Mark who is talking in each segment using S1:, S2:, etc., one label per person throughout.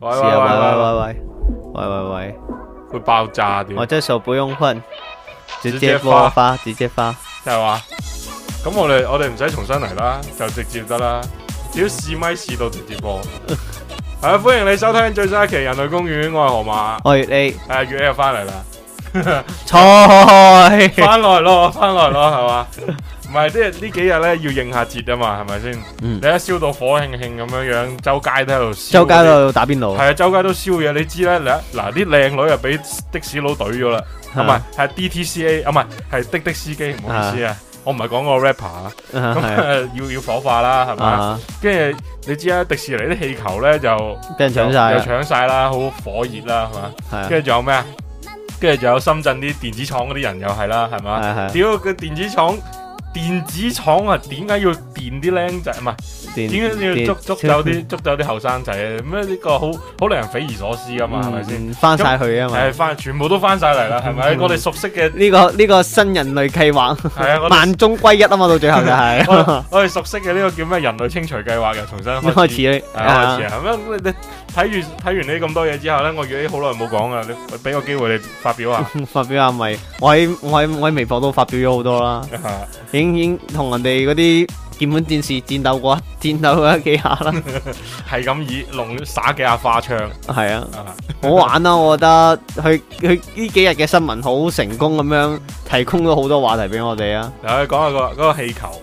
S1: 喂
S2: 是
S1: 喂喂
S2: 啊，喂喂喂喂喂喂
S1: 喂，会爆炸
S2: 喂，
S1: 屌
S2: 我！这手不用混，直
S1: 直
S2: 接
S1: 接
S2: 播
S1: 發
S2: 发，直接发。
S1: 就係話，咁我哋我哋唔使重新嚟啦，就直接得啦。只要試咪試到直接 播。係啊，歡迎你收聽最新一期《人類公園》，我係河馬，
S2: 我月你
S1: 係啊月 A 又翻嚟 啦，
S2: 菜，
S1: 翻來咯，翻來咯，係嘛？唔係，即係呢幾日咧要應下節啊嘛，係咪先？
S2: 嗯
S1: 你一燒到火慶慶咁樣樣，周街都喺度燒
S2: 周街
S1: 嗰啲
S2: 度打邊爐
S1: 系，啊，周街都燒嘢，你知咧，嗱嗱啲靚女啊，俾的士佬懟咗啦，啊唔
S2: 啊
S1: 係係 DTCA 啊，唔係係的的司機，唔好意思啊，我唔係講個 rapper 啊，
S2: 啊
S1: 咁
S2: 係
S1: 呃 要要火化啦，係咪？
S2: 啊，
S1: 跟住你知啊，迪士尼啲氣球咧就
S2: 俾人搶
S1: 又
S2: 晒
S1: 搶晒啦，好火熱啦，係嘛？
S2: 啊，係
S1: 跟住仲有咩啊？跟住仲有深圳啲電子廠嗰啲人又係啦，係嘛？
S2: 啊，係
S1: 屌個電子廠，電子廠啊，點解要電啲僆仔？唔係。
S2: 點
S1: 點解要捉捉走啲捉走啲後生仔咧？咁呢個好好令人匪夷所思噶嘛，
S2: Ừ,
S1: 係咪先？
S2: 嗯翻晒去啊嘛？
S1: 係翻全部都翻晒嚟啦，係咪？
S2: 嗯
S1: 我哋熟悉嘅
S2: 呢個呢個新人類計劃，
S1: 係 啊，我哋
S2: 萬中歸一啊嘛，到最後就 係
S1: 我哋我哋熟悉嘅呢個叫咩人類清除計劃又重新 開
S2: 開
S1: 始。
S2: 始
S1: 係開
S2: 啊
S1: 始，啊！咁你睇完睇完你咁多嘢之後咧，我預你好耐冇講啦，你俾個機會你發表 下。
S2: 發表下咪，我喺我喺我喺微博都發表咗好多啦。
S1: 啊
S2: 已經已經同人哋嗰啲鍵盤戰士戰鬥過，戰鬥咗幾下啦。
S1: 係咁以弄耍幾下花槍
S2: 係啊，
S1: 啊！
S2: 好玩啦、我覺得佢佢呢幾日嘅新聞好成功咁樣提供咗好多話題俾我哋啊。
S1: 嗱，講下個嗰個氣球，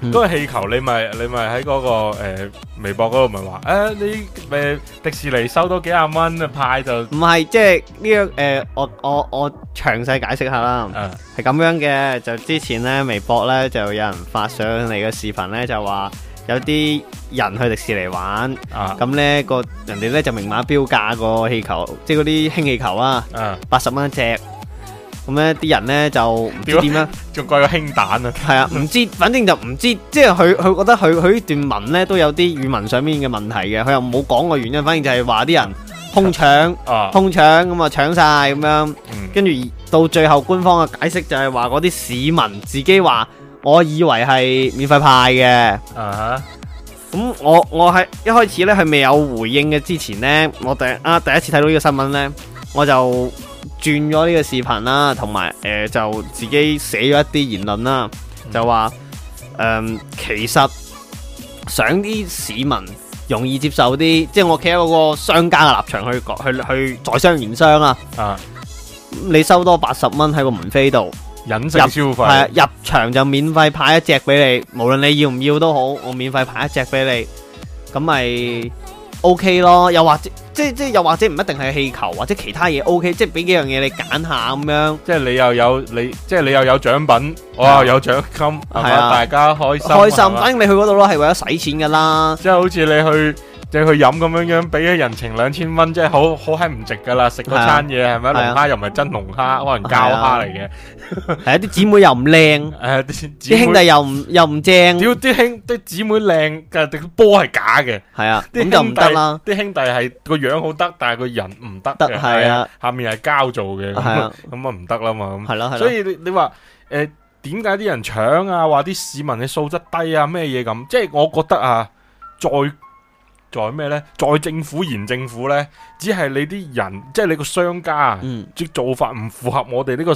S2: 嗯
S1: 嗰個氣球你咪你咪喺嗰個誒微博嗰度咪話，誒你誒迪士尼收多幾廿蚊派就誒
S2: 唔係，即係呢個誒，我我我詳細解釋下啦。
S1: 啊
S2: 係咁樣嘅，就之前咧微博咧就有人發上嚟嘅視頻咧，就話有啲人去迪士尼玩，
S1: 啊
S2: 咁咧個人哋咧就明碼標價個氣球，即係嗰啲氫氣球啊。
S1: 啊，
S2: 八十蚊一隻。咁咧啲人咧就唔知
S1: 屌
S2: 點樣，
S1: 仲貴過氫彈啊！
S2: 係啊，唔知，反正就唔知，即係佢佢覺得佢佢呢段文咧都有啲語文上面嘅問題嘅，佢又冇講個原因，反正就係話啲人空搶
S1: 啊，
S2: 空搶咁啊搶晒咁樣，
S1: 嗯
S2: 跟住到最後官方嘅解釋就係話嗰啲市民自己話，我以為係免費派嘅。
S1: 啊
S2: 咁我我喺一開始咧，佢未有回應嘅之前咧，我第啊第一次睇到呢個新聞咧，我就轉咗呢個視頻啦，同埋誒就自己寫咗一啲言論啦，
S1: 嗯
S2: 就話誒、嗯其實想啲市民容易接受啲，即係我企喺嗰個商家嘅立場去講去去在商言商啊，
S1: 吓啊，
S2: 你收多八十蚊喺個門飛度。
S1: 隱性消
S2: 係啊
S1: 費，
S2: 入場就免費派一隻俾你，無論你要唔要都好，我免費派一隻俾你，咁咪 O K 咯。又或者即即又或者唔一定係氣球啊或者其他嘢 O K，即係俾幾樣嘢你揀下咁樣，
S1: 即係你又有你，即係你又有獎品，我
S2: 啊
S1: 又有獎金，係
S2: 係啊
S1: 嘛？大家開心，
S2: 開
S1: 係
S2: 心。
S1: 嘛
S2: 反正你去嗰度咯，係為咗使錢噶 啦。
S1: 即係好似你去你去飲咁樣樣，俾咗人情兩千蚊，即係好好閪唔值噶啦！食嗰餐嘢係咪？
S2: 係啊
S1: 龍蝦又唔係真龍蝦，可能膠蝦嚟 嘅。
S2: 係啊，啲姊妹又唔靚，
S1: 誒啲姊
S2: 啲
S1: 妹
S2: 兄弟又唔又唔正，
S1: 屌啲兄啲姊妹靚嘅，啲波係假嘅。
S2: 係啊，
S1: 啲
S2: 咁就唔
S1: 兄弟
S2: 得啦。
S1: 啲兄弟係個樣好得，但係個人唔得
S2: 得
S1: 嘅。
S2: 係啊，
S1: 下面係膠做嘅，咁
S2: 係啊
S1: 啊咁啊唔得啦嘛。
S2: 係咯係
S1: 咁
S2: 咯
S1: 所，以你你話誒點解啲人搶啊？話啲市民嘅素質低啊？咩嘢咁？即係我覺得啊，在在咩呢？在政府言政府呢，只係你啲人，即係你個商家啊，
S2: 嗯，
S1: 即做法唔符合我哋呢個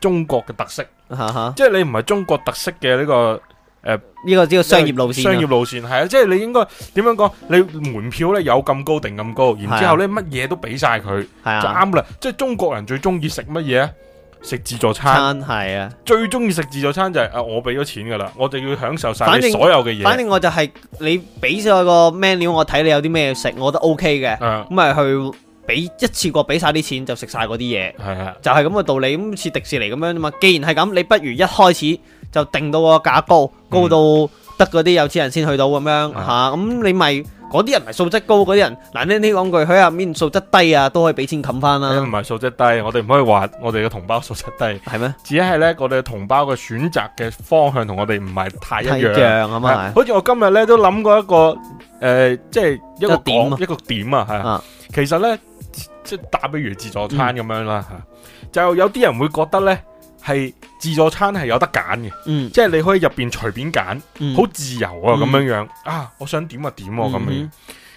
S1: 中國嘅特色。
S2: 哈哈，
S1: 即係你唔係中國特色嘅呢個
S2: 呢個呢個商業路線
S1: 商業
S2: 啊，
S1: 路線係啊，即係你應該點樣講？你門票呢有咁高定咁高，然之後呢乜嘢都俾晒佢
S2: 係
S1: 就
S2: 啊，
S1: 啱啦。即係中國人最中意食乜嘢啊？食自助餐，
S2: 餐係啊。
S1: 最中意食自助餐就係、啊我俾咗錢㗎啦，我就要享受晒
S2: 反正
S1: 你所有嘅嘢。
S2: 反正我就係你俾咗個 menu，我睇你有啲咩食，我覺得 OK 嘅，
S1: 誒
S2: 咁咪去俾一次過俾晒啲錢就食晒嗰啲嘢，
S1: 係啊，
S2: 就係咁嘅道理。咁似迪士尼咁樣啫嘛。既然係咁，你不如一開始就定到個價高，高到得嗰啲有錢人先去到咁樣
S1: 嗯
S2: 嚇。
S1: 啊
S2: 吓咁你咪嗰啲人咪素質高嗰啲人，難聽啲講句，佢入面素質低啊，都可以俾錢冚翻
S1: 唔
S2: 啦，
S1: 係啊素質低，我哋唔可以話我哋嘅同胞素質低，
S2: 係咩？
S1: 只係呢，我哋嘅同胞嘅選擇嘅方向同我哋唔係太一
S2: 一
S1: 樣。
S2: 樣啊嘛，
S1: 係好似我今日咧都諗過一個诶、呃即係一個
S2: 一個點啊
S1: 講一個點啊，係
S2: 啊
S1: 啊。其實咧，即係打比如自助餐咁樣
S2: 嗯
S1: 啦吓，啊就有啲人會覺得咧係自助餐係有得揀嘅，
S2: 嗯
S1: 即係你可以入边隨便揀，
S2: 嗯，
S1: 好自由啊
S2: 嗯
S1: 咁樣樣啊，我想點就點喎咁樣。
S2: 嗯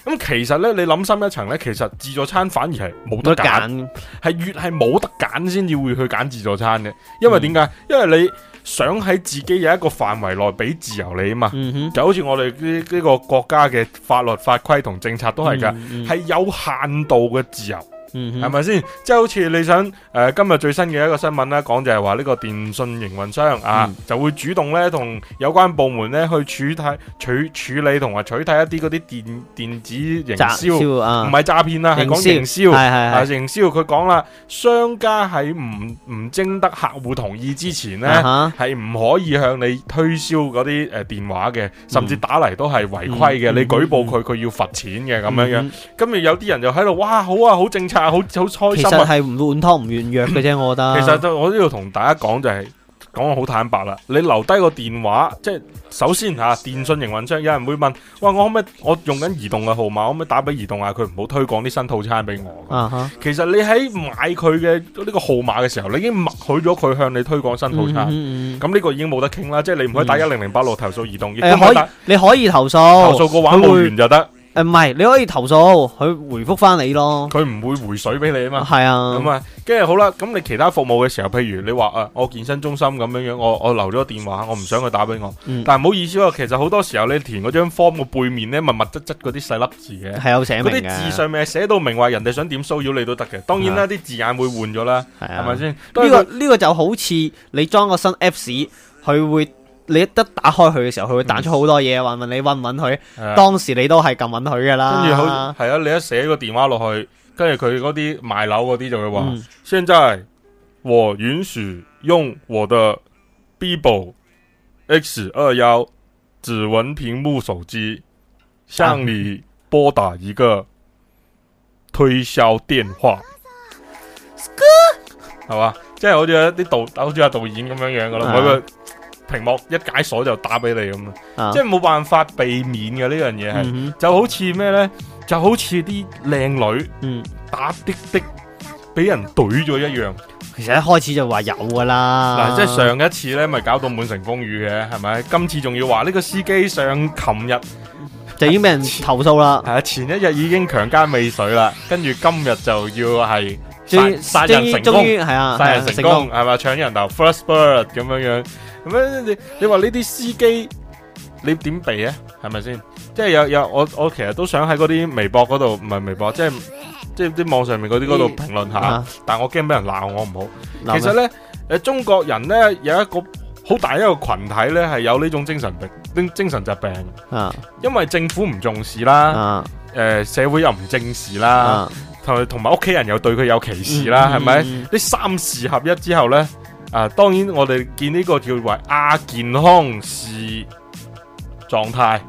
S1: 咁其實呢，你諗深一層呢，其實自助餐反而係冇
S2: 冇
S1: 得
S2: 得
S1: 揀。啊
S2: 揀，
S1: 係越係冇得揀先至會去揀自助餐嘅，因為
S2: 嗯
S1: 點解？因為你想喺自己有一個範圍內俾自由你啊嘛，
S2: 嗯哼，
S1: 就好似我哋呢呢個國家嘅法律法規同政策都係㗎，
S2: 嗯，
S1: 係有限度嘅自由，
S2: 嗯
S1: 係咪先？即係好似你想诶今日最新嘅一個新聞啦，講就係話呢個電信營運商啊
S2: 嗯，
S1: 就會主動呢同有關部門呢去處替取處理同埋取替一啲嗰啲電电子營
S2: 炸
S1: 銷，唔
S2: 燒啊，
S1: 係詐騙啦，係講營
S2: 營
S1: 銷。啊，
S2: 係係係
S1: 營銷佢講啦，商家喺唔唔徵得客户同意之前
S2: 啊
S1: 呢，
S2: 哈，
S1: 係唔可以向你推銷嗰啲誒電話嘅，甚至打嚟都係違規嘅。
S2: 嗯
S1: 你
S2: 嗯
S1: 舉報佢，佢要罰錢嘅咁樣樣。
S2: 嗯
S1: 跟住有啲人就喺度，哇，好啊，好政策啊，好好開
S2: 其啊
S1: 心
S2: 實
S1: 啊！
S2: 係唔換湯唔換藥嘅啫，我覺得。
S1: 其實就我呢度同大家講就係、講得好坦白啦，你留低個電話，即係首先嚇、啊、電信營運商有人會問，哇，我可唔可以我用緊移動嘅號碼，可唔可以打俾移動啊？佢唔好推廣啲新套餐俾我咁樣。
S2: 啊哈，
S1: 其實你喺買佢嘅呢個號碼嘅時候，你已經默許咗佢向你推廣新套餐。
S2: 嗯嗯嗯
S1: 咁呢個已經冇得傾啦，即係你唔可以打一
S2: 嗯
S1: 零零八六投訴移動，亦都
S2: 誒
S1: 唔可
S2: 可
S1: 以打
S2: 以，哦你可以
S1: 投
S2: 投訴，
S1: 訴個玩務員就得，
S2: 誒唔係，你可以投訴，佢回覆翻你咯。
S1: 佢唔會回水俾你啊嘛。
S2: 係啊，
S1: 咁啊，跟住好啦，咁你其他服務嘅時候，譬如你話啊，我健身中心咁樣樣，我我留咗個電話，我唔想佢打俾我。
S2: 嗯
S1: 但係唔好意思喎，其實好多時候你填嗰張 form 個背面咧，密密質質嗰啲細粒字 嘅。
S2: 係有寫
S1: 嗰
S2: 明
S1: 啲
S2: 嘅，
S1: 字上面係寫到明話人哋想點騷擾你都得嘅，當然啦，啲字眼會換咗啦，
S2: 係啊
S1: 係咪先？呢
S2: 呢、個呢、個就好似你裝個新 Apps，佢會你一打開佢嘅時候，佢會彈出好多嘢，問問你揾唔揾佢。當時你都係撳揾佢噶啦。
S1: 啊跟住好係啊，你一寫個電話落去，跟住佢嗰啲賣樓嗰啲就會話：
S2: 嗯
S1: 現在我允許用我的 Bibo X 二幺指紋屏幕手機向你撥打一個推銷電話，係嘛？即係好似一啲導，好似阿導演咁樣樣噶啦，
S2: 啊
S1: 每個屏幕一解鎖就打俾你咁啊，
S2: 啊
S1: 即係冇辦法避免嘅呢樣嘢係。
S2: 嗯
S1: 就好似咩呢？就好似啲靚女
S2: 哼嗯，
S1: 打滴滴俾人懟咗一樣。
S2: 其實一開始就話有噶
S1: 嗱、
S2: 啦。
S1: 即係上一次呢咪搞到滿城風雨嘅，係咪？今次仲要話呢個司機上琴日係
S2: 就已經俾人投訴啦。
S1: 啊前一日已經強姦未遂啦，跟住今日就要係
S2: 終於
S1: 殺殺人
S2: 終於
S1: 成功
S2: 終於係啊，
S1: 殺人
S2: 係啊
S1: 成功，。係咪？搶人頭 first bird 咁樣樣，咁樣你你話呢啲司機你點避啊？係咪先？即係有有我我其實都想喺嗰啲微博嗰度，唔係微博，即係即係啲網上面嗰啲嗰度評論下。
S2: 啊
S1: 但我驚俾人鬧我唔好。
S2: 嗱
S1: 其實呢，誒中國人呢有一個好大一個群體呢係有呢種精神病、精精神疾病嘅，
S2: 啊
S1: 因為政府唔重視啦，
S2: 啊
S1: 誒、社會又唔正視啦，
S2: 啊，
S1: 同埋同埋屋企人又對佢有歧視啦，係咪、
S2: 嗯？
S1: 呢三事合一之後呢，啊當然我哋見呢個叫為亞健康視狀態，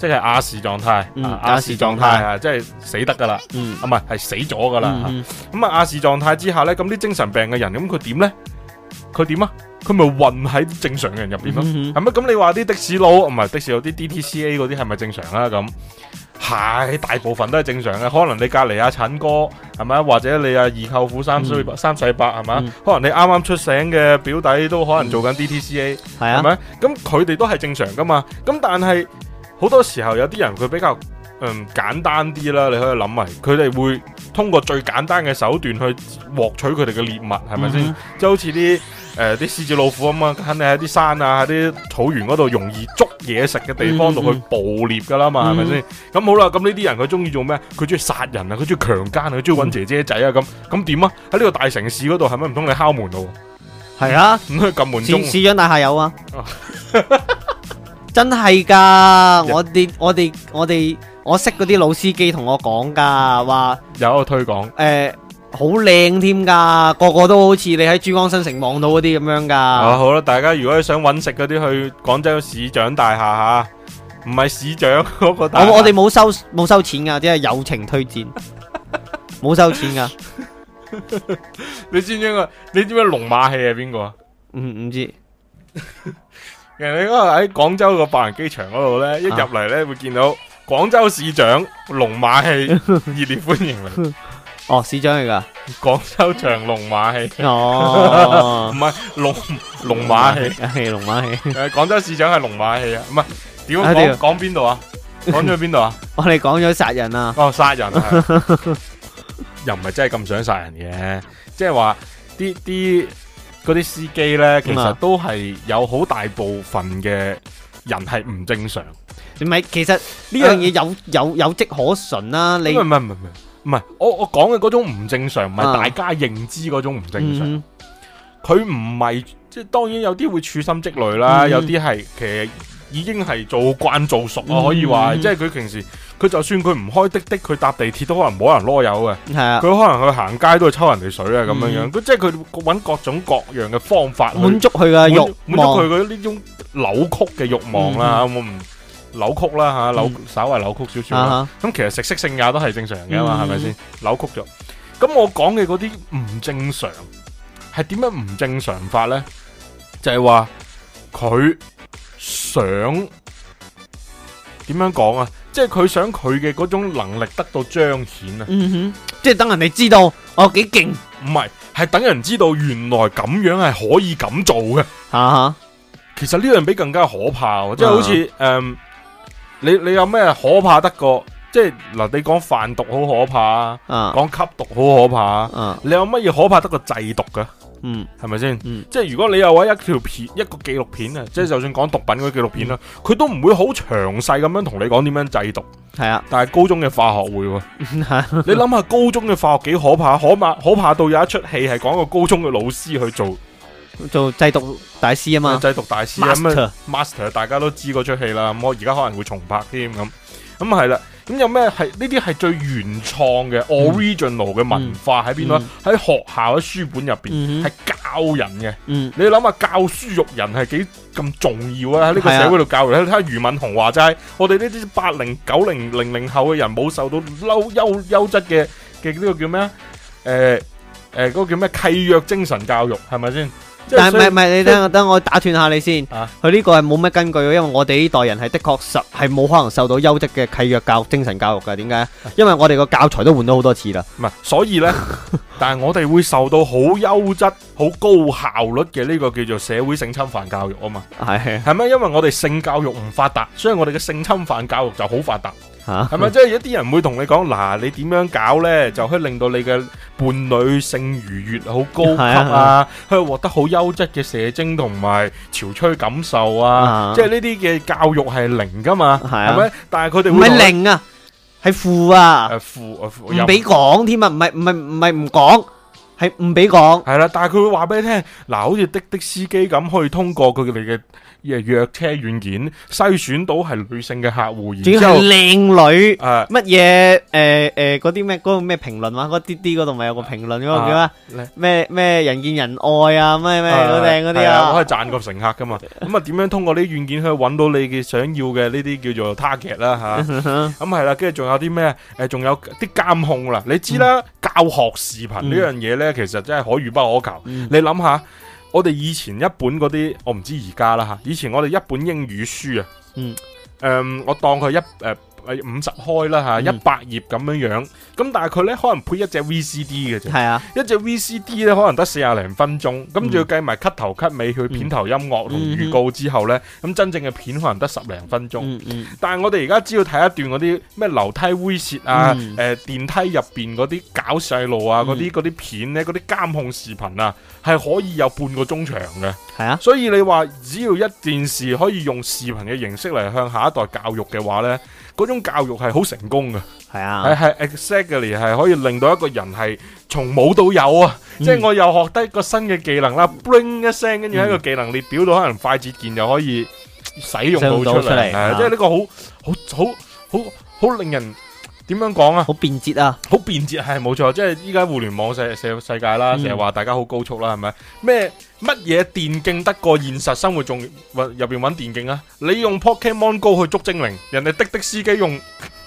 S1: 即係亞視狀態，
S2: 嗯
S1: 啊
S2: 亞
S1: 亞
S2: 視
S1: 視
S2: 狀態
S1: 狀態啊，即係死得噶啦，
S2: 嗯
S1: 啊唔係係死咗噶啦。
S2: 嗯
S1: 啊
S2: 嗯
S1: 咁啊，亞視狀態之下呢，咁啲精神病嘅人，咁佢點呢？佢點啊？佢咪混喺正常嘅人入邊咯？
S2: 嗯嗯
S1: 係咪？咁你話啲的士佬唔係的士佬啲 DTCA 嗰啲係咪正常啊？咁係大部分都係正常嘅，可能你隔離阿陳哥係咪？或者你阿二舅父三歲三世伯係咪
S2: 嗯？
S1: 可能你啱啱出醒嘅表弟都可能做緊 DTCA。
S2: 係
S1: 係
S2: 啊，
S1: 咪？咁佢哋都係正常噶嘛。咁但係好多時候有啲人佢比較嗯簡單啲啦，你可以諗埋，佢哋會通過最簡單嘅手段去獲取佢哋嘅獵物，係咪先？
S2: 嗯
S1: 即係好似啲誒啲獅子老虎咁啊，肯定喺啲山啊、喺啲草原嗰度容易捉嘢食嘅地方度去
S2: 嗯
S1: 捕獵噶啦嘛，係咪
S2: 嗯
S1: 先？咁好啦，咁呢啲人佢中意做咩？佢中意殺人啊，佢中意強姦啊，佢中意揾姐姐仔啊咁。咁點啊？喺呢個大城市嗰度 係咪唔通你敲門咯？
S2: 係啊。
S1: 唔通你撳門鐘
S2: 市？市長大廈有啊
S1: 哦，
S2: 真係噶！
S1: 人
S2: 我哋我哋我哋我識嗰啲老司機同我講噶，話
S1: 有一個推廣。
S2: 诶好靚添噶，個個都好似你喺珠江新城望到嗰啲咁樣
S1: 啊，
S2: 噶。
S1: 好啦，大家如果想揾食嗰啲，去廣州市長大廈吓，唔係市長 嗰個大廈
S2: 我我哋冇收冇收錢噶，只係友情推薦，冇收錢噶。
S1: 你知唔知個？你知唔知龍馬戲係邊個啊？
S2: 唔唔知
S1: 人哋嗰個喺廣州個白雲機場嗰度呢，一入嚟呢，會見到廣州市長龍馬 戲熱烈歡迎你，
S2: 哦，市長嚟噶。
S1: 廣州長龍馬戲唔
S2: 哦，
S1: 係龍啊龍馬戲，
S2: 戲，龍馬戲。
S1: 誒廣州市長係龍馬戲啊，唔係屌
S2: 啊屌
S1: 講講邊度啊？讲咗边度啊？
S2: 我哋講咗殺人啊，
S1: 哦，殺人啊， 又唔係真係咁想殺人嘅，即係話啲啲嗰啲司機呢，其
S2: 嗯
S1: 實
S2: 啊
S1: 都係有好大部分嘅人係唔正常。
S2: 唔係其實呢
S1: 啊
S2: 樣嘢有有有迹可循啦，
S1: 唔
S2: 你
S1: 係唔係唔係唔係唔係，我我講嘅嗰種唔正常，唔係
S2: 啊
S1: 大家認知嗰種唔正常。
S2: 嗯
S1: 佢唔係即係當然有啲會處心積慮啦，
S2: 嗯
S1: 有啲係其實已經係做慣做熟啊，
S2: 嗯
S1: 可以話，
S2: 嗯
S1: 即係佢平時佢就算佢唔開滴滴，佢搭地鐵都可能冇人攞油嘅。
S2: 係啊
S1: 佢，可能去行街都去抽人哋水啊，咁樣樣，
S2: 嗯
S1: 佢即係佢揾各種各樣嘅方法去
S2: 滿足佢嘅
S1: 滿足
S2: 啊欲
S1: 滿足佢
S2: 望，
S1: 嗰呢種扭曲嘅欲望啦，我唔扭曲啦嚇，扭稍為扭曲少少啦。
S2: 嗯啊
S1: 咁其實食色性也都係正常嘅嘛，
S2: 嗯
S1: 係咪先？扭曲咗。咁我講嘅嗰啲唔正常係點樣唔正常法呢？就係話佢想點樣講啊？即係佢想佢嘅嗰種能力得到彰顯啊！
S2: 嗯哼，即係等人哋知道我幾勁
S1: 唔係，係等人知道原來咁樣係可以咁做嘅。
S2: 啊
S1: 其實呢樣比更加可怕喎，即係好似诶、嗯你你有咩可怕得過？即係嗱，你講販毒好可怕啊，
S2: 吓啊
S1: 講吸毒好可怕啊，
S2: 啊
S1: 你有乜嘢可怕得過製毒噶？
S2: 嗯
S1: 係咪先？
S2: 嗯
S1: 即係如果你有搵一條片一個紀錄片啊，即係就算講毒品嗰啲紀錄片啦，
S2: 嗯
S1: 佢都唔會好詳細咁樣同你講點樣製毒，
S2: 係啊
S1: 但係高中嘅化學會喎。
S2: 係
S1: 你諗下高中嘅化學幾可怕，可怕可怕到有一出戲係講個高中嘅老師去做
S2: 做製毒大師啊嘛
S1: 製毒大師咁啊
S2: ，master
S1: ，master 大家都知嗰出戲啦，咁我而家可能會重拍添咁，咁係啦，咁有咩係呢啲係最原創嘅
S2: 嗯
S1: original 嘅文化喺邊度呢？啊喺學校喺書本入邊
S2: 嗯
S1: 係
S2: 哼
S1: 教人嘅，
S2: 嗯
S1: 你諗下教書育人係幾咁重要啊？喺呢個
S2: 係啊
S1: 社會度教人，睇下余敏雄話齋，我哋呢啲八零九零零零後嘅人冇受到優優優質嘅嘅呢個叫咩啊？誒誒嗰個叫咩契約精神教育係咪先？即係
S2: 但係
S1: 所以
S2: 唔係唔係，你等等我打斷下你先。
S1: 啊
S2: 佢呢個係冇乜根據嘅，因為我哋呢代人係的確實係冇可能受到優質嘅契約教育、精神教育嘅。點解？因為我哋個教材都換咗好多次啦。
S1: 唔係，所以 呢，但係我哋會受到好優質、好高效率嘅呢個叫做社會性侵犯教育啊嘛，
S2: 係
S1: 係咪？因為我哋性教育唔發達，所以我哋嘅性侵犯教育就好發達，
S2: 嚇，
S1: 係咪？ 即係一啲人會同你講嗱，你點樣搞呢？就可以令到你嘅伴侶性愉悅好高級
S2: 係
S1: 啊
S2: 啊，
S1: 去獲得好優質嘅射精同埋潮吹感受啊
S2: 啊，
S1: 即係呢啲嘅教育係零噶嘛，
S2: 係啊
S1: 係咪？但係佢哋
S2: 唔
S1: 會同
S2: 係
S1: 你
S2: 零啊，係負啊，
S1: 誒負誒負
S2: 唔俾講添啊，唔係唔係唔係唔講，係唔俾講。
S1: 系啦，但系佢會話俾你聽，嗱，好似滴滴司機咁，可以通過佢哋嘅約車軟件篩選到係女性嘅客户，然
S2: 仲要
S1: 之後
S2: 係靚女
S1: 诶
S2: 乜嘢？誒誒嗰啲咩嗰個咩評論話嗰啲啲嗰度咪有個評論嗰個叫咩
S1: 咧
S2: 咩咩人見人愛啊咩咩
S1: 呃
S2: 好靚嗰
S1: 我
S2: 啲
S1: 可以
S2: 啊
S1: 賺個乘客噶嘛。咁啊，點樣通過呢啲軟件去揾到你嘅想要嘅呢啲叫做 target 啦吓。
S2: 嗯
S1: 咁係啦，跟住仲有啲咩？诶，仲有啲監控啦。你知
S2: 嗯
S1: 啦，教學視頻呢樣嘢呢，其實真係可遇不可求。
S2: 嗯
S1: 你諗下，我哋以前一本嗰啲，我唔知而家啦吓。以前我哋一本英語書啊，
S2: 嗯，
S1: 诶、我當佢一诶五十開啦吓，
S2: 嗯
S1: 一百頁咁樣樣。咁但係佢咧可能配一隻 VCD 嘅啫，
S2: 係啊。
S1: 一隻 VCD 咧可能得四廿零分鐘，咁仲
S2: 嗯
S1: 要計埋 cut 頭 cut 尾，佢片頭音樂同
S2: 嗯
S1: 預告之後咧，咁真正嘅片可能得十零分鐘。
S2: 嗯嗯
S1: 但係我哋而家只要睇一段嗰啲咩樓梯猥褻啊，誒、
S2: 嗯
S1: 電梯入邊嗰啲搞細路啊，嗰啲
S2: 嗯
S1: 嗰啲片咧，嗰啲監控視頻啊，係可以有半個鐘長嘅。
S2: 系啊，
S1: 所以你話只要一件事可以用視頻嘅形式嚟向下一代教育嘅話呢嗰種教育係好成功嘅，
S2: 系啊
S1: 係，係 exactly 係可以令到一個人係從冇到有啊！
S2: 嗯
S1: 即係我又學得一個新嘅技能啦，bring 一聲，跟住喺個技能列表度，可能快捷鍵就可以使用
S2: 使用
S1: 到
S2: 到
S1: 出
S2: 出
S1: 嚟，
S2: 嚟
S1: 係
S2: 啊
S1: 即係呢個好好好好好令人點樣講啊？
S2: 好便捷啊，
S1: 好便捷係冇錯，即係依家互聯網世世世界啦，
S2: 嗯
S1: 成日話大家好高速啦，係咪？咩乜嘢電競得過現實生活仲搵入邊揾電競啊？你用 Pokemon Go 去捉精靈，人哋滴滴司機用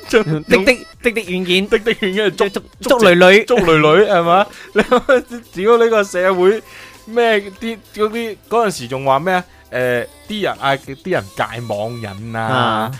S1: 用
S2: 滴滴滴滴軟件，
S1: 滴滴已經係捉
S2: 捉捉女女，
S1: 捉女女係嘛？ 你諗下屌呢個社會咩啲嗰啲嗰陣時仲話咩啊？誒啲人嗌啲人戒網癮啊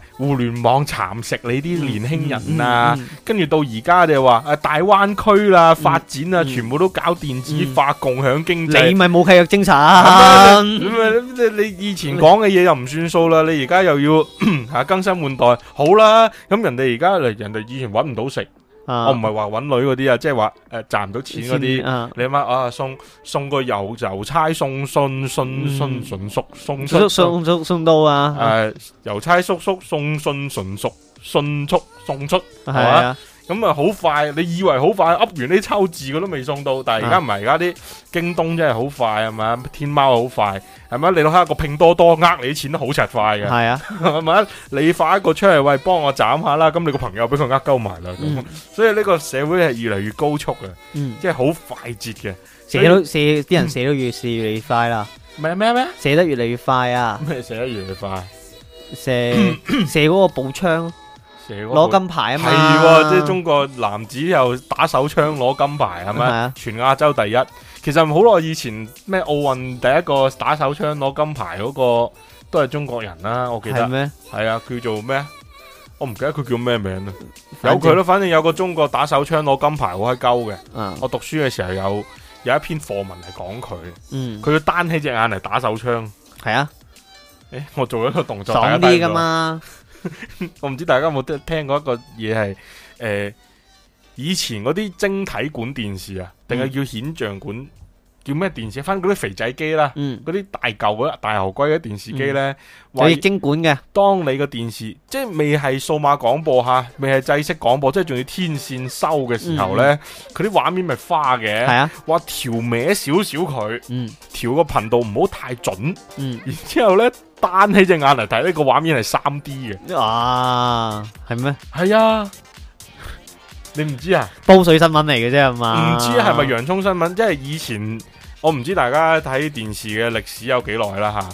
S1: 诶互聯網蠶食你啲年輕
S2: Ừ,
S1: 人啊。
S2: 嗯，嗯嗯
S1: 跟住到而家就話誒大灣區啦、發展啊，
S2: 嗯
S1: 全部都搞電子化、共享經
S2: 你
S1: 濟。
S2: 咪冇契約精神，
S1: 啊咁啊你你以前講嘅嘢又唔算數啦，你而家又要 嚇更新換代，好啦。咁人哋而家嚟，人哋以前揾唔到食，我
S2: 我
S1: 唔係話揾女嗰啲啊，即係話誒賺唔到錢嗰啲。
S2: 啲
S1: 你阿媽啊，送送個郵郵差送信信信
S2: 嗯
S1: 信叔送
S2: 送
S1: 信
S2: 送送送到啊，
S1: 誒郵差叔叔送信信叔信速送出。
S2: 係啊，
S1: 咁啊，好快！你以為好快，噏完呢抽字佢都未送到，
S2: 啊
S1: 但係而家唔係，而家啲京東真係好快係咪？天貓好快係咪？你睇下個拼多多呃你錢都好柒快嘅
S2: 係啊，
S1: 係咪？你發一個出嚟，喂，幫我斬下啦，咁你個朋友俾佢呃鳩埋啦。咁、
S2: 嗯
S1: 所以呢個社會係越嚟越高速嘅，
S2: 嗯，
S1: 即係好快捷嘅。
S2: 寫到寫啲人寫到越寫越嚟越快啦，
S1: 咩咩咩
S2: 寫得越嚟越快啊，
S1: 咩寫得越嚟越快，
S2: 射射嗰個步槍
S1: 寫嗰個
S2: 攞金牌啊嘛，
S1: 係喎，即係中國男子又打手槍攞金牌係
S2: 係
S1: 咪
S2: 啊？
S1: 全亞洲第一。其實好耐以前咩奧運第一個打手槍攞金牌嗰個都係中國人啦，我記
S2: 係
S1: 得
S2: 咩？
S1: 係啊，叫做咩？我唔記得佢叫咩名啦，有
S2: 反正
S1: 佢咯。反正有個中國打手槍攞金牌好閪鳩嘅。
S2: 啊，
S1: 我讀書嘅時候有有一篇課文係講佢，
S2: 嗯，
S1: 佢要單起隻眼嚟打手槍。
S2: 係啊，
S1: 誒，我做咗一個動作，
S2: 爽
S1: 大家睇
S2: 啲
S1: 唔到
S2: 噶嘛，
S1: 我唔知大家有冇聽聽過一個嘢係诶，以前嗰啲晶體管電視啊，定
S2: 嗯
S1: 係叫顯像管，叫咩電視？啊翻嗰啲肥仔機啦，
S2: 嗯，
S1: 嗰啲大舊嗰啲大牛龜嘅電視機呢，
S2: 有
S1: 話
S2: 要嗯經管嘅，
S1: 當你個電視即係未係數碼廣播吓，未係制式廣
S2: 嗯
S1: 播，即係仲要天線收嘅時候呢，佢啲畫面咪花
S2: 係
S1: 嘅，
S2: 啊，
S1: 話調歪少少佢，
S2: 嗯
S1: 調個頻道唔好太準，
S2: 嗯，
S1: 然之後咧單起隻眼嚟睇呢個畫面係三 D 嘅。
S2: 啊，係咩？
S1: 系啊，你唔知啊？
S2: 煲水新聞嚟嘅啫係
S1: 唔、
S2: 嘛？
S1: 知係咪洋葱新聞？即係以前我唔知大家睇電視嘅歷史有幾耐啦吓，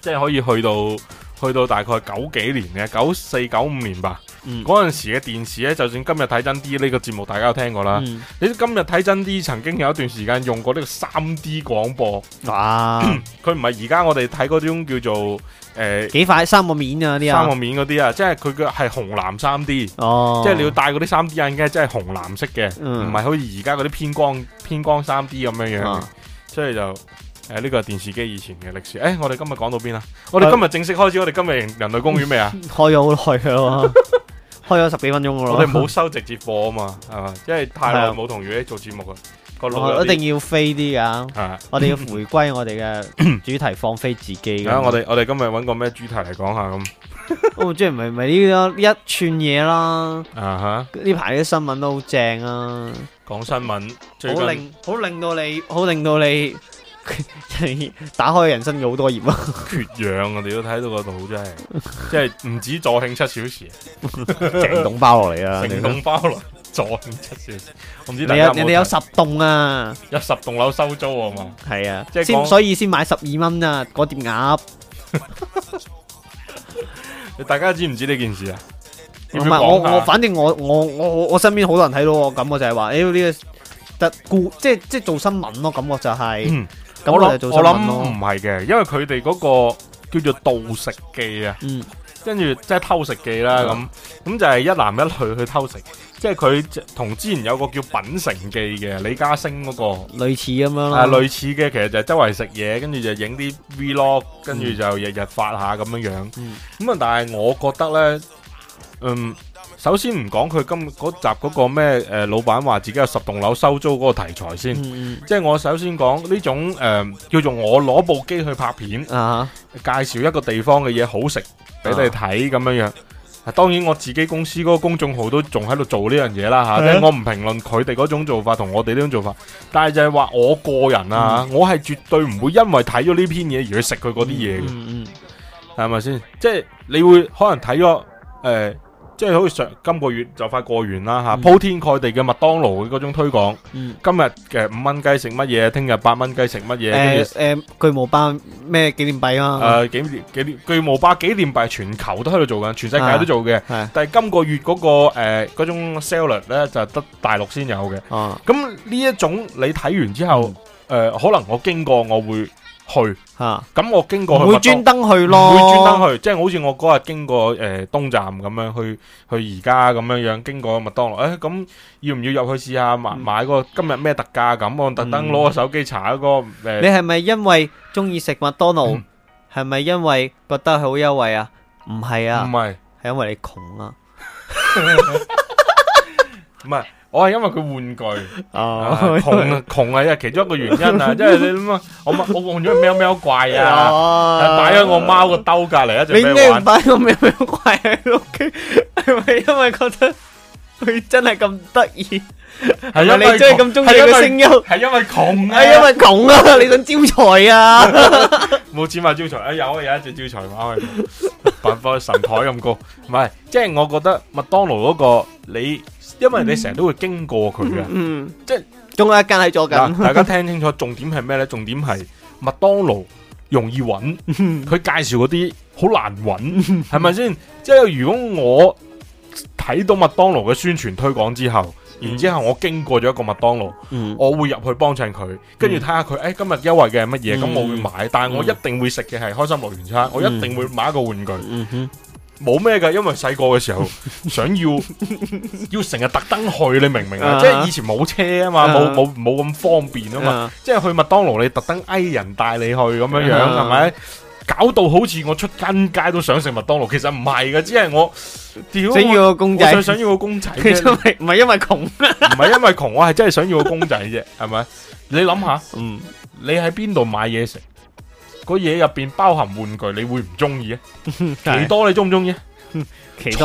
S1: 即係可以去到去到大概九幾年嘅九四九五年吧。
S2: 嗯？
S1: 嗰陣時嘅電視咧，就算今日睇真 D 呢個節啊目，大家有聽過啦。
S2: 嗯，
S1: 你今日睇真 D 曾經有一段時間用過呢個三 D 廣播，
S2: 哇，
S1: 佢唔係而家我哋睇嗰種叫做诶、
S2: 幾快三個面啊啲
S1: 三個
S2: 啊，
S1: 面嗰啲啊，即係佢嘅係紅藍三 D。
S2: 哦，
S1: 即係你要戴嗰啲三 D 眼鏡，真係紅藍色嘅，
S2: 嗯
S1: 唔係好似而家嗰啲偏光偏光三 D 咁樣樣。
S2: 啊
S1: 所以就诶呢個係電視機以前嘅歷史。诶、我哋今日講到邊啊？我哋今日正式開始，我哋今日人類公園 未啊？
S2: 開咗好耐噶咯， 開咗十幾分鐘噶咯，
S1: 我哋 冇收直接播啊嘛，係嘛？因為太耐
S2: 係啊
S1: 冇同雨 A 做節目啦，個腦
S2: 我
S1: 有
S2: 一
S1: 啲
S2: 定要飛啲噶，
S1: 係啊。
S2: 我哋要回歸我 哋嘅主題，放飛自己
S1: 而
S2: 㗎。
S1: 啊我哋我哋今日揾個咩主題嚟講下咁
S2: 我哦即係唔係唔係呢啲咯呢一串嘢啦，
S1: 啊
S2: 呢排啲新聞都好正啊，
S1: 吓，講新聞最
S2: 好
S1: 近
S2: 令好令到你，好令到你。 打開人生嘅好多頁啊！
S1: 缺氧，我哋都睇到個肚真 係，即係唔止助興七小時。
S2: 成棟包落嚟啊！
S1: 成
S2: 你
S1: 棟包來撞七小時，我唔知大
S2: 你
S1: 家有
S2: 有人哋有
S1: 冇睇
S2: 十棟啊！
S1: 有十棟樓收租啊嘛？
S2: 系啊，
S1: 即係講
S2: 先所以先買十二蚊啊，嗰碟鴨
S1: 你大家知唔知呢件事啊？
S2: 唔
S1: 要唔
S2: 係
S1: 要
S2: 我
S1: 講
S2: 我
S1: 下
S2: 反正我我我我身邊好多人睇到我感覺就係話，妖呢個特故即係即係做新聞咯，感覺就係、
S1: 嗯
S2: 咁
S1: 我
S2: 我
S1: 諗
S2: 就做
S1: 我
S2: 新
S1: 諗
S2: 聞
S1: 唔
S2: 咯，
S1: 係嘅，因為佢哋嗰個叫做盜食記啊，
S2: 嗯
S1: 跟住即係偷食記啦咁，咁就係一男一女去偷食，即係佢同之前有個叫品成記嘅李嘉升嗰個。
S2: 類似咁樣咯，
S1: 啊，類似嘅其實就係周圍食嘢，跟住就影啲 vlog，跟住就日日發下咁樣樣。咁啊、
S2: 嗯
S1: 但係我覺得呢，嗯，首先唔講佢今嗰集嗰個咩誒、呃老闆話自己有十棟樓收租嗰個題材先。
S2: 嗯
S1: 即係我首先講呢種誒、呃叫做我攞部機去拍片，
S2: 嗯啊
S1: 介紹一個地方嘅嘢好食俾你睇咁樣樣。啊當然我自己公司嗰個公眾號都仲喺度做呢樣嘢啦嚇，
S2: 係
S1: 即
S2: 啊
S1: 係我唔評論佢哋嗰種做法同我哋呢種做法，但係就係話我個人啊，
S2: 嗯
S1: 我係絕對唔會因為睇咗呢篇嘢而去食佢嗰啲
S2: Ừ,
S1: 嘢嘅，
S2: 嗯嗯
S1: 係咪先？即係你會可能睇咗誒。呃即係好似上今個月就快過完啦嚇，
S2: 嗯
S1: 鋪天蓋地嘅麥當勞嘅嗰種推廣，
S2: 嗯
S1: 今日嘅五蚊雞食乜嘢，聽日八蚊雞食乜嘢，跟住
S2: 誒誒巨無霸咩紀念幣啊嘛，
S1: 诶，纪念纪念巨無霸紀念幣全球都喺度做緊，全世界都做嘅。
S2: 係
S1: 但係今個月嗰、個个诶嗰、種 sell 率咧，就係得大陸先有嘅。
S2: 啊嗯
S1: 呃咁呢一種你睇完之後，诶、可能我經過我會去，
S2: 吓，
S1: 咁我經過去
S2: 唔
S1: 麥
S2: 會
S1: 當
S2: 專登去
S1: 唔
S2: 咯，
S1: 會專登去，即係好似我嗰日經過誒、呃、東站咁樣去去而家咁樣樣經過麥當勞，誒、咁要唔要入去試下買
S2: 嗯
S1: 買個今日咩特價咁？我特登攞個手機查一呃個誒，
S2: 你係咪因為中意食麥當勞？係咪因為覺得佢好優惠啊？唔係
S1: 唔
S2: 啊，
S1: 係
S2: 係因為你窮啊。
S1: 唔係，我係因為佢玩具。啊
S2: 哦
S1: 窮 窮係啊，其中一個原因啊，因為你諗啊，我買我換咗喵喵怪啊，
S2: 哦
S1: 擺喺我貓個兜隔離一
S2: 你
S1: 隻
S2: 應
S1: 咩
S2: 該唔
S1: 玩？
S2: 擺個咩咩怪喺屋企，係咪因為覺得佢真係咁得意？
S1: 係
S2: 係咪你真係咁中意佢
S1: 係因
S2: 嘅
S1: 為
S2: 聲優？
S1: 係因為窮啊，
S2: 係因為窮啊，你想招財啊？
S1: 冇錢買招財，啊有啊有一隻招財貓喺度， 扮放神台咁高，唔係，即係我覺得麥當勞嗰個你，因為你成日都會經過佢嘅。
S2: 嗯，
S1: 即係
S2: 仲有一間喺左近
S1: 嗱，，大家聽清楚，重點係咩呢？重點係麥當勞容易 揾，佢介紹嗰啲好難揾，係咪先？即係如果我睇到麥當勞嘅宣傳推廣之後，然之後我經過咗一個麥當勞。
S2: 嗯
S1: 我會入去幫襯佢，跟住睇下佢，誒、今日優惠嘅係乜嘢，咁、
S2: 嗯
S1: 我會買，但係我
S2: 嗯
S1: 一定會食嘅係開心樂園餐，我一定會買一個玩具，
S2: 嗯哼，
S1: 冇咩嘅，因為細個嘅時候 想要要成日特登去，你明唔明啊？
S2: 啊
S1: 即係以前冇車啊嘛，冇
S2: 啊
S1: 冇冇咁方便啊嘛，
S2: 啊
S1: 即係去麥當勞你特登嗌人帶你去咁樣樣，
S2: 啊
S1: 係咪？搞到好似我出間街都想食麥當勞，其實唔係嘅，只係我屌
S2: 想要
S1: 我
S2: 個公
S1: 我想
S2: 仔，
S1: 想要個公仔啫
S2: 佢因為唔係因為窮，
S1: 唔係因為窮，我係真係想要個公仔啫，係咪？你諗下，
S2: 嗯，
S1: 你喺邊度買嘢食？個嘢入邊包含玩具，你會唔中 意啊？奇多你中唔中意啊？
S2: 期
S1: 彩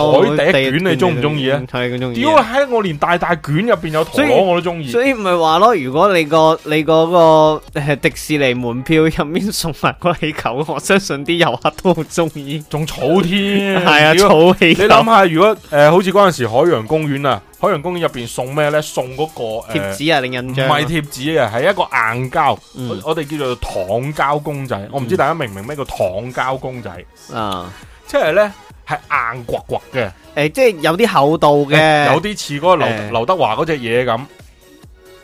S1: 笛卷你中唔中意啊？
S2: 彩咁中意
S1: 屌
S2: 啊。
S1: 喺我連大大卷入邊有
S2: 所
S1: 陀
S2: 以
S1: 螺我都中意。
S2: 所以咪話咯，如果你個你嗰個 誒迪士尼門票入面送埋個氣球，我相信啲遊客都好中意。
S1: 仲草添，
S2: 係啊，
S1: 屌
S2: 草 氣
S1: 你
S2: 球
S1: 諗下，如果诶、呃好似嗰阵时海洋公園啊，海洋公園入边送咩呢？送嗰、個个
S2: 貼
S1: 诶，
S2: 紙啊，令
S1: 唔
S2: 印象啊
S1: 係貼紙啊，係一個硬膠，
S2: 嗯
S1: 我我哋叫做糖膠公仔。我唔知大家明唔明咩叫糖膠公仔，
S2: 啊，
S1: 即係呢，係硬刮刮嘅。
S2: 誒，即係有啲厚度 嘅，
S1: 有啲似嗰個劉
S2: 誒
S1: 劉德華嗰只嘢咁，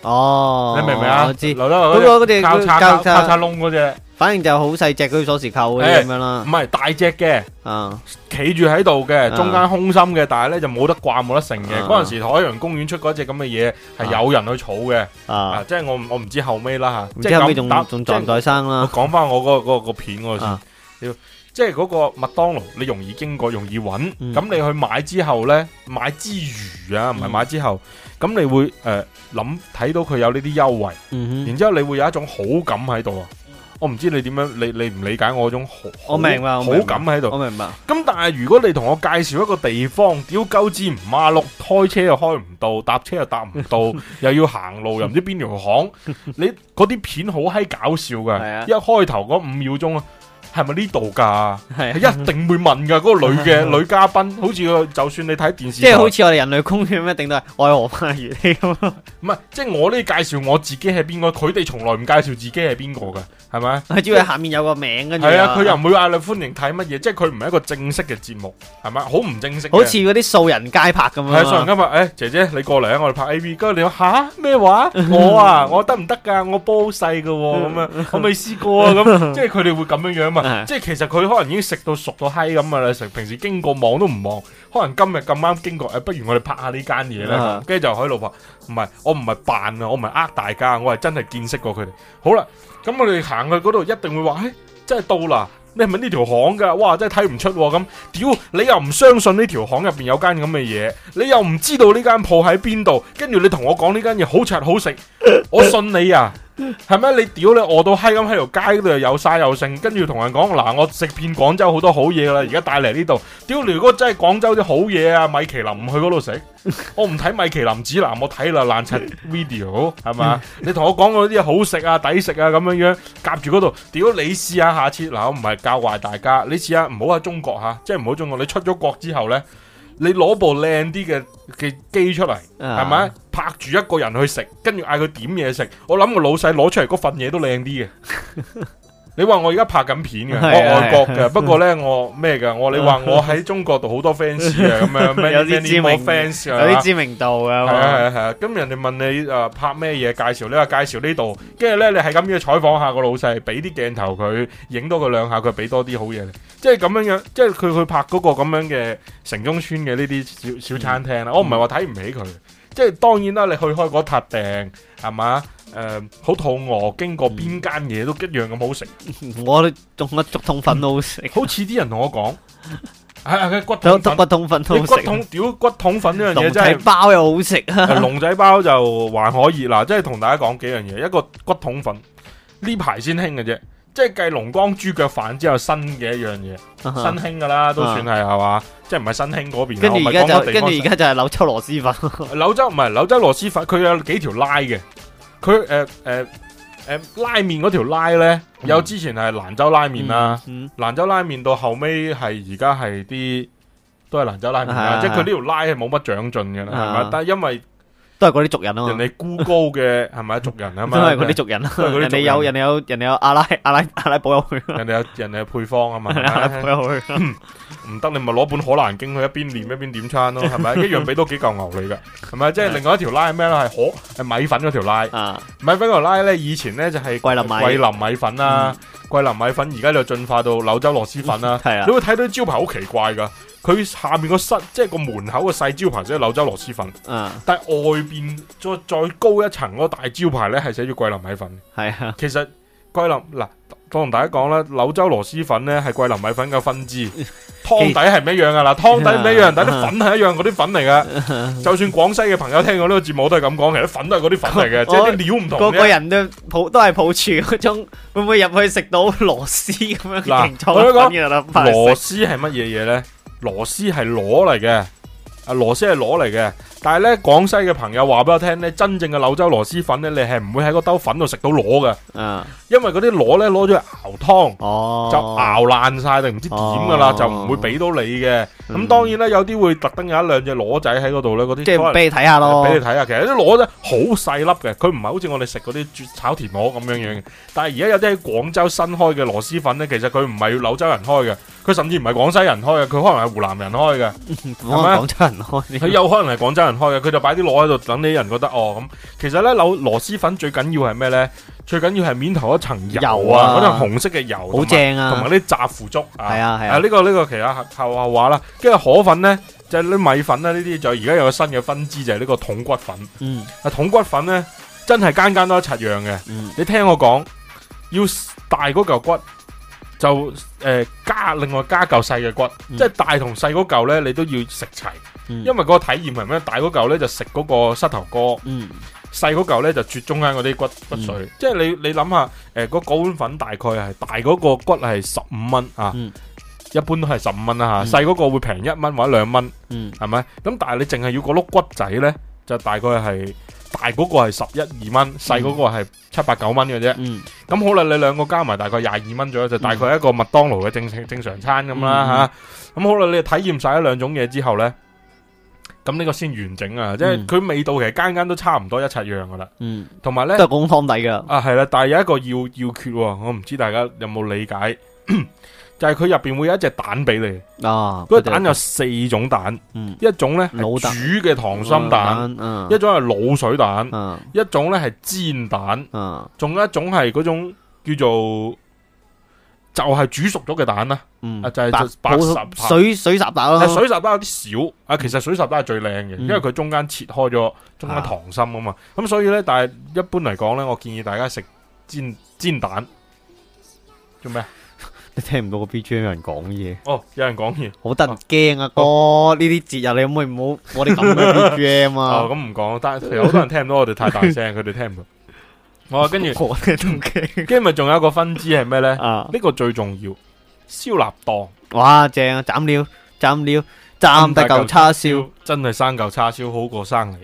S2: 哦，
S1: 你明唔明啊？
S2: 我知，
S1: 劉德華
S2: 嗰個
S1: 嗰
S2: 嗰
S1: 隻
S2: 隻
S1: 交叉
S2: 交
S1: 交
S2: 叉
S1: 叉窿嗰只，
S2: 反正就好細隻嗰啲鎖匙扣嗰
S1: 誒
S2: 啲咁樣啦
S1: 唔，係大隻嘅，
S2: 啊，
S1: 企住喺度嘅，
S2: 啊
S1: 中間空心嘅，但係咧就冇得掛冇得成嘅。
S2: 啊
S1: 嗰陣時海洋公園出嗰只咁嘅嘢係
S2: 啊
S1: 有人去儲嘅，啊
S2: 啊，
S1: 即係我唔我唔知後尾啦
S2: 唔
S1: 嚇，即
S2: 知
S1: 係
S2: 後尾
S1: 咁
S2: 仲
S1: 打
S2: 仲
S1: 即係
S2: 在唔在生
S1: 我
S2: 啦，
S1: 講翻我嗰個嗰個片嗰個先
S2: 啊，
S1: 即係嗰個麥當勞你容易經過，容易揾，
S2: 嗯
S1: 咁你去買之後呢，買之餘啊，唔係
S2: 嗯
S1: 買之後，咁你會誒諗睇到佢有呢啲優惠。
S2: 嗯哼，
S1: 然之後你會有一種好感喺度啊！我唔知你點樣，你你唔理解我嗰種好，
S2: 我明白我
S1: 好
S2: 明白
S1: 感喺度。
S2: 我明白，
S1: 咁但係如果你同我介紹一個地方，屌鳩支唔馬碌，開車又開唔到，搭車又搭唔 到，又要行路又唔知邊條巷，你嗰啲片好閪搞笑噶，
S2: 係啊
S1: 一開頭嗰五秒鐘啊，係咪呢度㗎？
S2: 係
S1: 係
S2: 啊。
S1: 一定會問㗎，嗰、個女 嘅女嘉賓，好似佢就算你睇電視
S2: 即係
S1: 台，
S2: 好似我哋人類公園咁，一定都係愛河花園呢咁咯，
S1: 唔係即係我呢介紹我自己係邊個，佢哋從來唔介紹自己係邊個㗎，係咪？
S2: 佢只係下面有個名跟住。
S1: 係啊，佢又唔會嗌你歡迎睇乜嘢，即係佢唔係一個正式嘅節目，係咪？好唔正式嘅。
S2: 好似嗰啲素人街拍咁樣啊。
S1: 係上人今日，誒姐姐你過嚟啊，我哋拍 A V，跟住你話吓咩 話？我啊，我得唔得㗎？我波好細㗎喎，咁
S2: 嗯
S1: 啊，我未試過啊，咁 即係佢哋會咁樣樣嘛。
S2: 係
S1: 即係其實佢可能已經食到熟到閪咁啊啦，成平時經過望都唔望，可能今日咁啱經過，誒哎不如我哋拍下呢間嘢啦
S2: 啊。
S1: 跟住就喺度話，唔係我唔係扮啊，我唔係呃大家，我係真係見識過佢哋。好啦，咁我哋行去嗰度一定會話，誒真係到啦。你係咪呢條巷㗎？哇，真係睇唔出喎咁。屌，你又唔相信呢條巷入邊有間咁嘅嘢，你又唔知道呢間鋪喺邊度，跟住你同我講呢間嘢好柒好食，我信你啊！係咩？你屌你餓到閪咁喺條街度又有晒又剩，跟住同人講嗱，我食遍廣州好多好嘢啦，而家帶嚟呢度。屌你，如果真係廣州啲好嘢啊，米其林唔去嗰度食，我唔睇米其林指南，我睇啦爛柒 video 係嘛？你同我講嗰啲嘢好食啊、抵食啊咁樣樣，夾住嗰度，屌你試下下次嗱，我唔係教壞大家，你試下唔好喺中國嚇，即係唔好中國，你出咗國之後呢，你攞部靚啲嘅嘅機出嚟。
S2: 啊
S1: 係咪？拍住一 個人去食，跟住嗌佢點嘢食，我諗個老細攞出嚟嗰份嘢都靚啲嘅，你話我而家拍緊片嘅，
S2: 係啊
S1: 我外國嘅，不過咧我咩嘅，我你話我喺中國度好多 fans 嘅咁 樣
S2: 有
S1: ，many
S2: 啲
S1: many
S2: 知
S1: more
S2: 名
S1: fans
S2: 有
S1: 啊
S2: 啲知名度嘅
S1: 係啊係啊係啊，咁人哋問你誒拍咩嘢介紹，你話介紹呢度，跟住咧你係咁要採訪下個老細，俾啲鏡頭佢影多佢兩下，佢俾多啲好嘢你，即係咁樣樣，即係佢佢拍嗰個咁樣嘅城中村嘅呢啲小小餐廳啦，我唔係話睇唔起佢，即係當然啦，你去開嗰笪訂係嘛？誒好、肚餓，經過邊間嘢都一樣咁好食，
S2: 我哋仲乜竹筒粉都 好食，啊
S1: 好似啲人同我講，係 啊，佢骨
S2: 都
S1: 筒
S2: 都
S1: 粉，
S2: 骨筒粉
S1: 你
S2: 都好
S1: 骨
S2: 食，啊
S1: 筒屌骨筒粉呢樣嘢
S2: 龍
S1: 真係
S2: 仔。包又好食 啊！
S1: 誒龍仔包就還可以嗱，即係同大家講幾樣嘢，一個骨筒粉呢排先興嘅啫，即係繼龍江豬腳飯之後新嘅一樣嘢，新啊興噶啦，都算係係嘛，即係唔係新興嗰邊啊。
S2: 啊 跟住而家
S1: 我咪講
S2: 就
S1: 個地
S2: 跟住
S1: 方
S2: 而家就係柳州螺絲粉，
S1: 柳州唔係柳州螺絲粉，佢有幾條拉嘅，佢誒誒誒拉麵嗰條拉咧，有之前係蘭州拉麵啦，
S2: 嗯，
S1: 蘭州拉麵到後尾係而家係啲都係蘭州拉麵啦
S2: 啊，
S1: 即係佢呢條拉係冇乜長進嘅啦，係咪
S2: 啊？
S1: 但係因為
S2: 都係嗰啲族人啊
S1: 人
S2: 嘛，
S1: 哋孤高嘅係咪族人啊
S2: 都
S1: 嘛？
S2: 係嗰啲族人啊
S1: 都係嗰啲族，人
S2: 人哋有人哋有人哋有阿拉阿拉阿拉 伯有去啊，
S1: 人哋有人哋有配方啊 嘛，
S2: 阿拉
S1: 係咪
S2: 伯有去啊，
S1: 唔得你咪攞本可蘭經去一邊念一邊點餐咯，係 咪？一樣俾多幾嚿牛你噶，係咪？即
S2: 嗯
S1: 係另外一條拉係咩咧？係可係米粉嗰條拉，
S2: 啊
S1: 米粉嗰條拉咧，以前咧就係
S2: 桂林米嗯
S1: 桂林米粉啦，桂林米粉而家就進化到柳州螺絲粉啦。
S2: 係啊
S1: 你，會睇到啲招牌好奇怪噶，佢下面個室即係個門口個細招牌寫柳州螺絲粉，
S2: 啊
S1: 但係外邊再再高一層嗰個大招牌咧係寫住桂林米粉。
S2: 係啊，
S1: 其實桂林嗱，我同大家講啦，柳州螺絲粉咧係桂林米粉嘅分 支，湯底係唔一樣噶啦，湯啊底唔一樣，但係啲粉係一樣，嗰啲粉嚟噶。 就算廣西嘅朋友聽過呢個節目都係咁講，其實粉都係嗰啲粉嚟 嘅，
S2: 個
S1: 即係啲料唔同
S2: 個個
S1: 啫。
S2: 人都抱都係抱住嗰種會唔會入去食到螺絲咁樣嘅
S1: 嗱
S2: 形狀
S1: 我都講
S2: 嘅粉嘅啦，翻嚟
S1: 螺
S2: 食
S1: 絲係乜嘢嘢呢？螺絲係螺嚟嘅，啊螺絲係螺嚟嘅，但係呢，廣西嘅朋友話俾我聽呢，真正嘅柳州螺絲粉呢，你係唔會喺個兜粉度食到螺嘅，
S2: 啊
S1: 因為嗰啲螺呢，攞咗去熬湯。
S2: 哦，
S1: 就熬爛晒定唔知點噶啦，
S2: 哦
S1: 就唔會俾到你嘅。咁
S2: 嗯
S1: 當然啦，有啲會特登有一兩隻螺仔喺嗰度咧，嗰啲
S2: 即係
S1: 可能
S2: 俾你睇下咯，
S1: 俾你睇下。其實啲螺咧好細粒嘅，佢唔係好似我哋食嗰啲豬炒田螺咁樣樣嘅。但係而家有啲喺廣州新開嘅螺絲粉咧，其實佢唔係柳州人開嘅，佢甚至唔係廣西人開嘅，佢可能係湖南人開嘅。
S2: 嗯我
S1: 係咪
S2: 廣州人開
S1: 佢
S2: 啲，
S1: 有可能係廣州人開嘅，佢就擺啲螺喺度等啲人覺得哦咁。其實咧，柳螺絲粉最緊要係咩咧？最緊要係面頭嗰層油
S2: 油
S1: 啊，
S2: 啊
S1: 嗰層紅色嘅油，同
S2: 好
S1: 埋
S2: 正
S1: 同
S2: 啊
S1: 埋，啲炸腐竹啊。
S2: 係啊
S1: 啊！
S2: 係啊
S1: 呢、個呢、個其實後後話啦，跟住河粉呢，就係、啲米粉啦，呢啲就而家有個新嘅分支就係、呢個筒骨粉。
S2: 嗯
S1: 啊，筒骨粉呢，真係間間都一柒樣嘅。
S2: 嗯
S1: 你聽我講，要大嗰嚿骨就誒、呃加另外加嚿細嘅骨，
S2: 嗯
S1: 即係大同細嗰嚿呢，你都要食齊，
S2: 嗯
S1: 因為個體驗係咩？大嗰嚿呢，就食嗰個膝頭哥，
S2: 嗯
S1: 細嗰嚿呢，就啜中間嗰啲骨骨髓。即係你你諗下，誒、呃嗰嗰碗粉大概係大嗰個骨係十五蚊啊。
S2: 嗯
S1: 一般都係十五蚊啦
S2: 嗯
S1: 嚇，細嗰個會平一蚊或者兩蚊，
S2: 嗯
S1: 係咪？咁但係你淨係要個碌骨仔呢，就大概係大嗰個係十一二蚊，細嗰個係七八九蚊嘅啫。
S2: 嗯
S1: 咁好啦，你兩個加埋大概廿二蚊左右，就大概一個麥當勞嘅正正常餐咁
S2: 嗯
S1: 啦吓，咁好啦，你體驗晒呢兩種嘢之後呢，咁呢個先完整啊！即係
S2: 嗯
S1: 佢味道其實間間都差唔多一齊樣噶啦，
S2: 嗯，
S1: 同埋呢
S2: 都。係講湯底㗎，
S1: 啊，係啦，但係有一個要要訣喎，我唔知大家有冇理解，就係佢入邊會有一隻蛋俾你，
S2: 啊，
S1: 嗰個蛋有四種蛋，
S2: 嗯
S1: 一種呢係
S2: 老蛋
S1: 煮嘅溏心蛋，，
S2: 嗯
S1: 一種係滷水蛋，
S2: 嗯
S1: 一種呢係煎蛋，
S2: 嗯
S1: 仲有一種係嗰種叫做。就係煮熟咗嘅蛋啦，
S2: 嗯
S1: 啊就係
S2: 白
S1: 白
S2: 普
S1: 十
S2: 通
S1: 白
S2: 水水烚蛋
S1: 但
S2: 咯，
S1: 係水烚蛋有啲少啊。其實水烚蛋係最靚嘅，
S2: 啊嗯
S1: 因為佢中間切開咗中間
S2: 啊
S1: 溏心啊嘛。咁所以呢，但係一般嚟講呢，我建議大家食煎煎蛋。做咩啊？
S2: 你聽唔到個 B G M 有人講嘢，
S1: 哦，有人講嘢。
S2: 好得人驚啊哥！呢啲節日你可唔可以唔好我哋咁嘅 B G M
S1: 哦，
S2: 啊？
S1: 咁唔講，但係其實好多人聽唔到，我哋太大 聲，佢哋聽唔到。我話跟住，
S2: 我哋都驚
S1: 跟住咪仲有一個分支係咩呢？
S2: 啊！
S1: 呢個最重要，燒臘檔
S2: 哇，正啊！斬料斬料斬得嚿叉燒
S1: 真係生嚿叉燒好過生 你，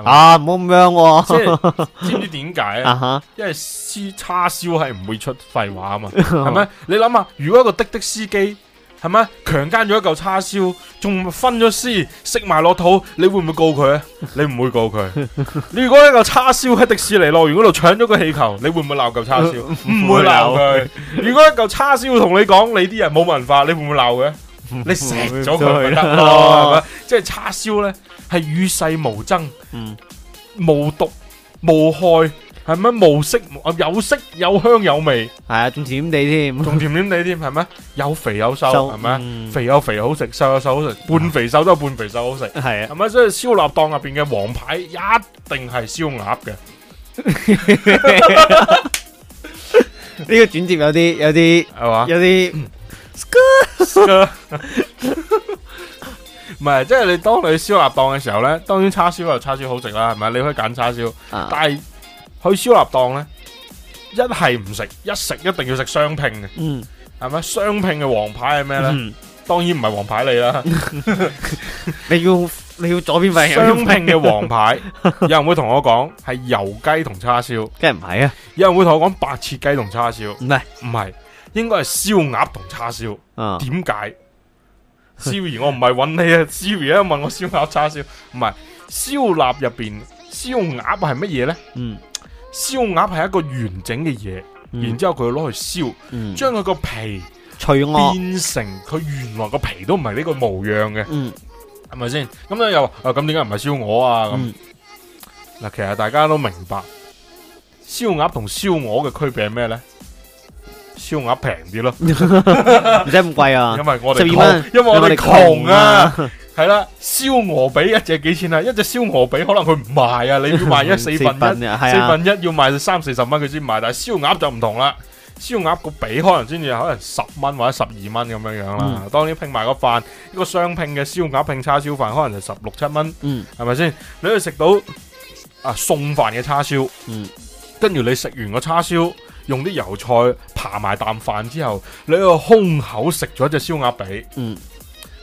S1: 係咪
S2: 啊！唔好咁樣喎
S1: 即係知唔知點解啊？
S2: 啊哈！
S1: 因為燒叉燒係唔會出廢話啊嘛，係咪？你諗下，如果一個的的司機係咪？強姦咗一嚿叉燒，仲分咗屍，食埋落肚，你會唔會告佢啊？你唔會告佢。你如果一嚿叉燒喺迪士尼樂園嗰度搶咗個氣球，你會唔會鬧嚿叉燒？唔會鬧佢。如果一嚿叉燒同你講你啲人冇文化，你會唔會鬧佢？你食咗佢咪得 咯，係咪？即係叉燒呢，係與世無爭。
S2: 嗯，
S1: 无毒无害，系咪无色無啊有色有香有 味，
S2: 系啊，仲甜地添，
S1: 仲甜甜地添，系咪？有肥有
S2: 收
S1: 瘦，系咪？
S2: 嗯啊
S1: 肥有肥好食，瘦有瘦好食，半肥瘦都系半肥瘦好食，
S2: 系啊。
S1: 系咪？所以烧腊档入边嘅王牌一定系烧鸭嘅，
S2: 呢個轉接有啲有啲
S1: 系嘛？
S2: 有啲
S1: 唔系，即系你当你烧腊档嘅时候呢，当然叉烧又叉烧好食啦，系咪？你可以拣叉烧，
S2: 啊，
S1: 但系去烧腊档呢，一系唔食，一食一定要食双拼嘅，
S2: 嗯，
S1: 系咪？双拼嘅王牌系咩呢？
S2: 嗯
S1: 當然唔係王牌你 啦，
S2: 你要你要左邊塊，
S1: 雙
S2: 右邊
S1: 拼
S2: 塊
S1: 嘅，王牌， 有人會同我講係油雞同叉燒，
S2: 梗係唔係啊？
S1: 有人會同我講白切雞同叉燒，
S2: 唔係
S1: 唔係，應該係燒鴨同叉燒。
S2: 啊，
S1: 點解？Siri，我唔係揾你啊，Siri 啊問我燒鴨叉燒，唔係燒臘入邊燒鴨係乜嘢呢？
S2: 嗯，
S1: 燒鴨係一個完整嘅嘢，然之後佢攞去燒，
S2: 嗯
S1: 將佢個皮
S2: 脆鵝，
S1: 變成佢原來個皮都唔係呢個模樣嘅，
S2: 嗯
S1: 係咪先？咁咧又話啊，咁點解唔係燒鵝啊？咁
S2: 嗯
S1: 嗱，其實大家都明白，燒鴨同燒鵝嘅區別係咩呢？燒鴨平啲咯，
S2: 唔使咁貴啊
S1: 因，為我哋
S2: 12蚊
S1: 窮，因為我哋
S2: 窮
S1: 窮啊，，係啦。燒鵝髀一隻幾錢啊？一隻燒鵝髀可能佢唔賣啊，你要賣一四
S2: 四
S1: 分一，
S2: 啊，係
S1: 四
S2: 啊，
S1: 分一要賣三四十蚊佢先賣，但係燒鴨就唔同啦。燒鴨個髀可能先至可能十蚊或者十二蚊咁樣樣啦。當然拼埋個飯，一個雙拼嘅燒鴨拼叉燒飯可能就十六七蚊。
S2: 嗯
S1: 系咪先？你可以食到啊送飯嘅叉燒，
S2: 嗯，
S1: 跟住你食完個叉燒，用啲油菜扒埋啖飯之後，你個胸口食咗只燒鴨髀，
S2: 嗯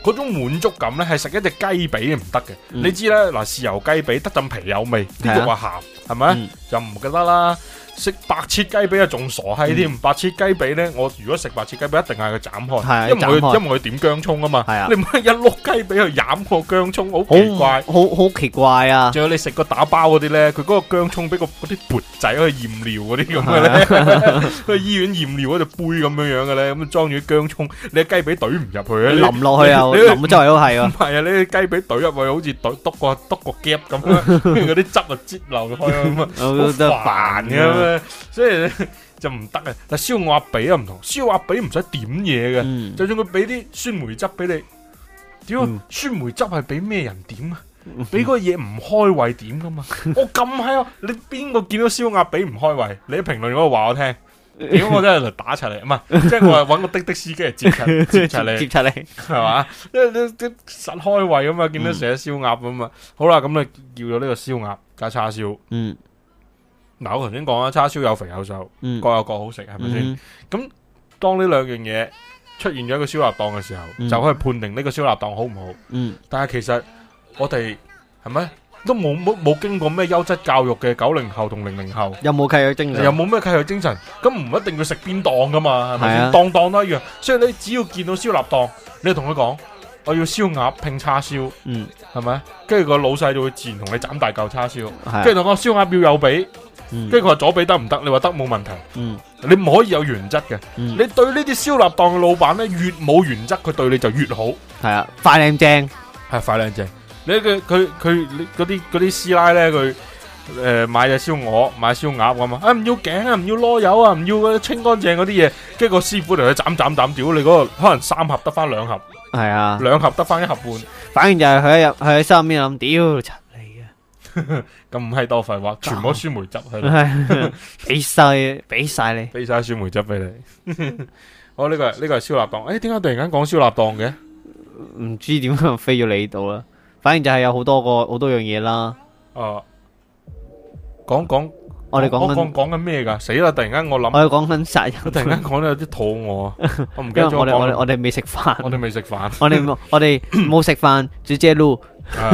S1: 嗰種滿足感呢係食一隻雞髀唔得嘅。
S2: 嗯
S1: 你知啦，嗱豉油雞髀得陣皮有味，
S2: 係啊
S1: 啲肉啊鹹，係咪？
S2: 嗯
S1: 就唔覺得啦。食白切雞髀啊，仲傻閪添！白切雞髀呢，我如果食白切雞髀，一定係佢斬
S2: 嗯係啊
S1: 開，因為
S2: 斬開
S1: 佢因為佢點薑葱啊嘛。
S2: 係啊啊
S1: 你唔可以一碌雞髀去斬個薑葱，好
S2: 好
S1: 奇怪。
S2: 好好奇怪啊，
S1: 仲有你食個打包嗰啲咧，佢嗰個薑葱俾個嗰啲缽仔去驗尿嗰啲咁嘅 咧，去醫院驗尿嗰隻杯咁樣樣嘅咧，咁裝住啲薑葱，你雞髀懟唔入去啊！你
S2: 淋落去啊，
S1: 你你
S2: 淋周圍都係啊
S1: 唔，係啊，你啲雞髀懟入去好似懟篤個篤個夾咁 樣，嗰啲汁啊擠流開咁 啊，
S2: 我覺得
S1: 好煩嘅咁啊，所以就唔得啊！但燒鴨髀啊唔同，燒鴨髀唔使點嘢嘅，
S2: 嗯
S1: 就算佢俾啲酸梅汁俾你，屌
S2: 嗯
S1: 酸梅汁係俾咩人點啊？俾嗰個嘢唔開胃點 噶嘛？我咁閪啊！你邊個見到燒鴨髀唔開胃？你喺評論嗰度話我聽，屌我真係嚟打柒你，唔係即係我係揾個的的司機嚟接 柒接柒
S2: 接
S1: 你
S2: 出嚟，
S1: 係 嘛？因為你你實開胃啊嘛，
S2: 嗯
S1: 見到成日燒鴨咁嘛。好啦，咁你叫咗呢個燒鴨加叉燒。
S2: 嗯
S1: 嗱，我頭先講啦，啊叉燒有肥有瘦，
S2: 嗯，
S1: 各有各好食，係咪先？當呢兩樣嘢出現咗一個燒臘檔嘅時候，
S2: 嗯
S1: 就可以判定呢個燒臘檔好唔好。
S2: 嗯？
S1: 但係其實我哋係咪都冇冇冇經過咩優質教育嘅九零後同零零後，
S2: 嗯，有冇契約精神？
S1: 又冇咩契約精神，咁唔一定要食邊檔噶嘛，係咪
S2: 係
S1: 先？
S2: 啊
S1: 檔檔都一樣，所以你只要見到燒臘檔，你就同佢講我要燒鴨拼叉燒，
S2: 嗯，
S1: 係咪？跟住個老細就會自然同你斬大嚿叉燒，
S2: 係啊
S1: 跟住同我講燒鴨要右髀，
S2: 嗯
S1: 跟住佢話左髀得唔得？你話得冇問題，
S2: 嗯
S1: 你唔可以有原則嘅。
S2: 嗯，
S1: 你對呢啲燒臘檔嘅老闆呢，越冇原則，佢對你就越好。
S2: 系啊，快靚正，
S1: 系快靚正。你佢佢佢你嗰啲嗰啲師奶咧，佢誒、呃、買隻燒鵝，買燒鴨咁啊，啊唔要頸啊，唔要啰柚啊，唔要嗰啲清乾淨嗰啲嘢，跟住個師傅嚟去斬斬斬，屌你嗰個可能三盒得翻兩盒，
S2: 係啊，
S1: 兩盒得翻一盒半，
S2: 反正就係佢喺入佢喺心入面諗，屌柒你啊，
S1: 咁閪多廢話，全部都酸梅汁喺度，
S2: 係俾晒俾晒你，
S1: 俾晒酸梅汁俾你。我呢、個係呢、個係燒臘檔，誒、哎點解突然間講燒臘檔嘅？
S2: 唔知點樣飛咗你度啦。反正就係有好多個好多樣嘢啦。
S1: 啊、講講
S2: 我哋講
S1: 講
S2: 緊，
S1: 講緊咩㗎？死啦！突然間我諗，
S2: 我哋講緊殺 人，
S1: 我突然間講到有啲肚餓 啊，我唔記
S2: 因
S1: 得
S2: 為
S1: 咗
S2: 我哋我哋
S1: 講，
S2: 我哋未食
S1: 我
S2: 飯，
S1: 哋未食 飯。
S2: 我哋冇 我哋冇食飯，直接錄。
S1: 啊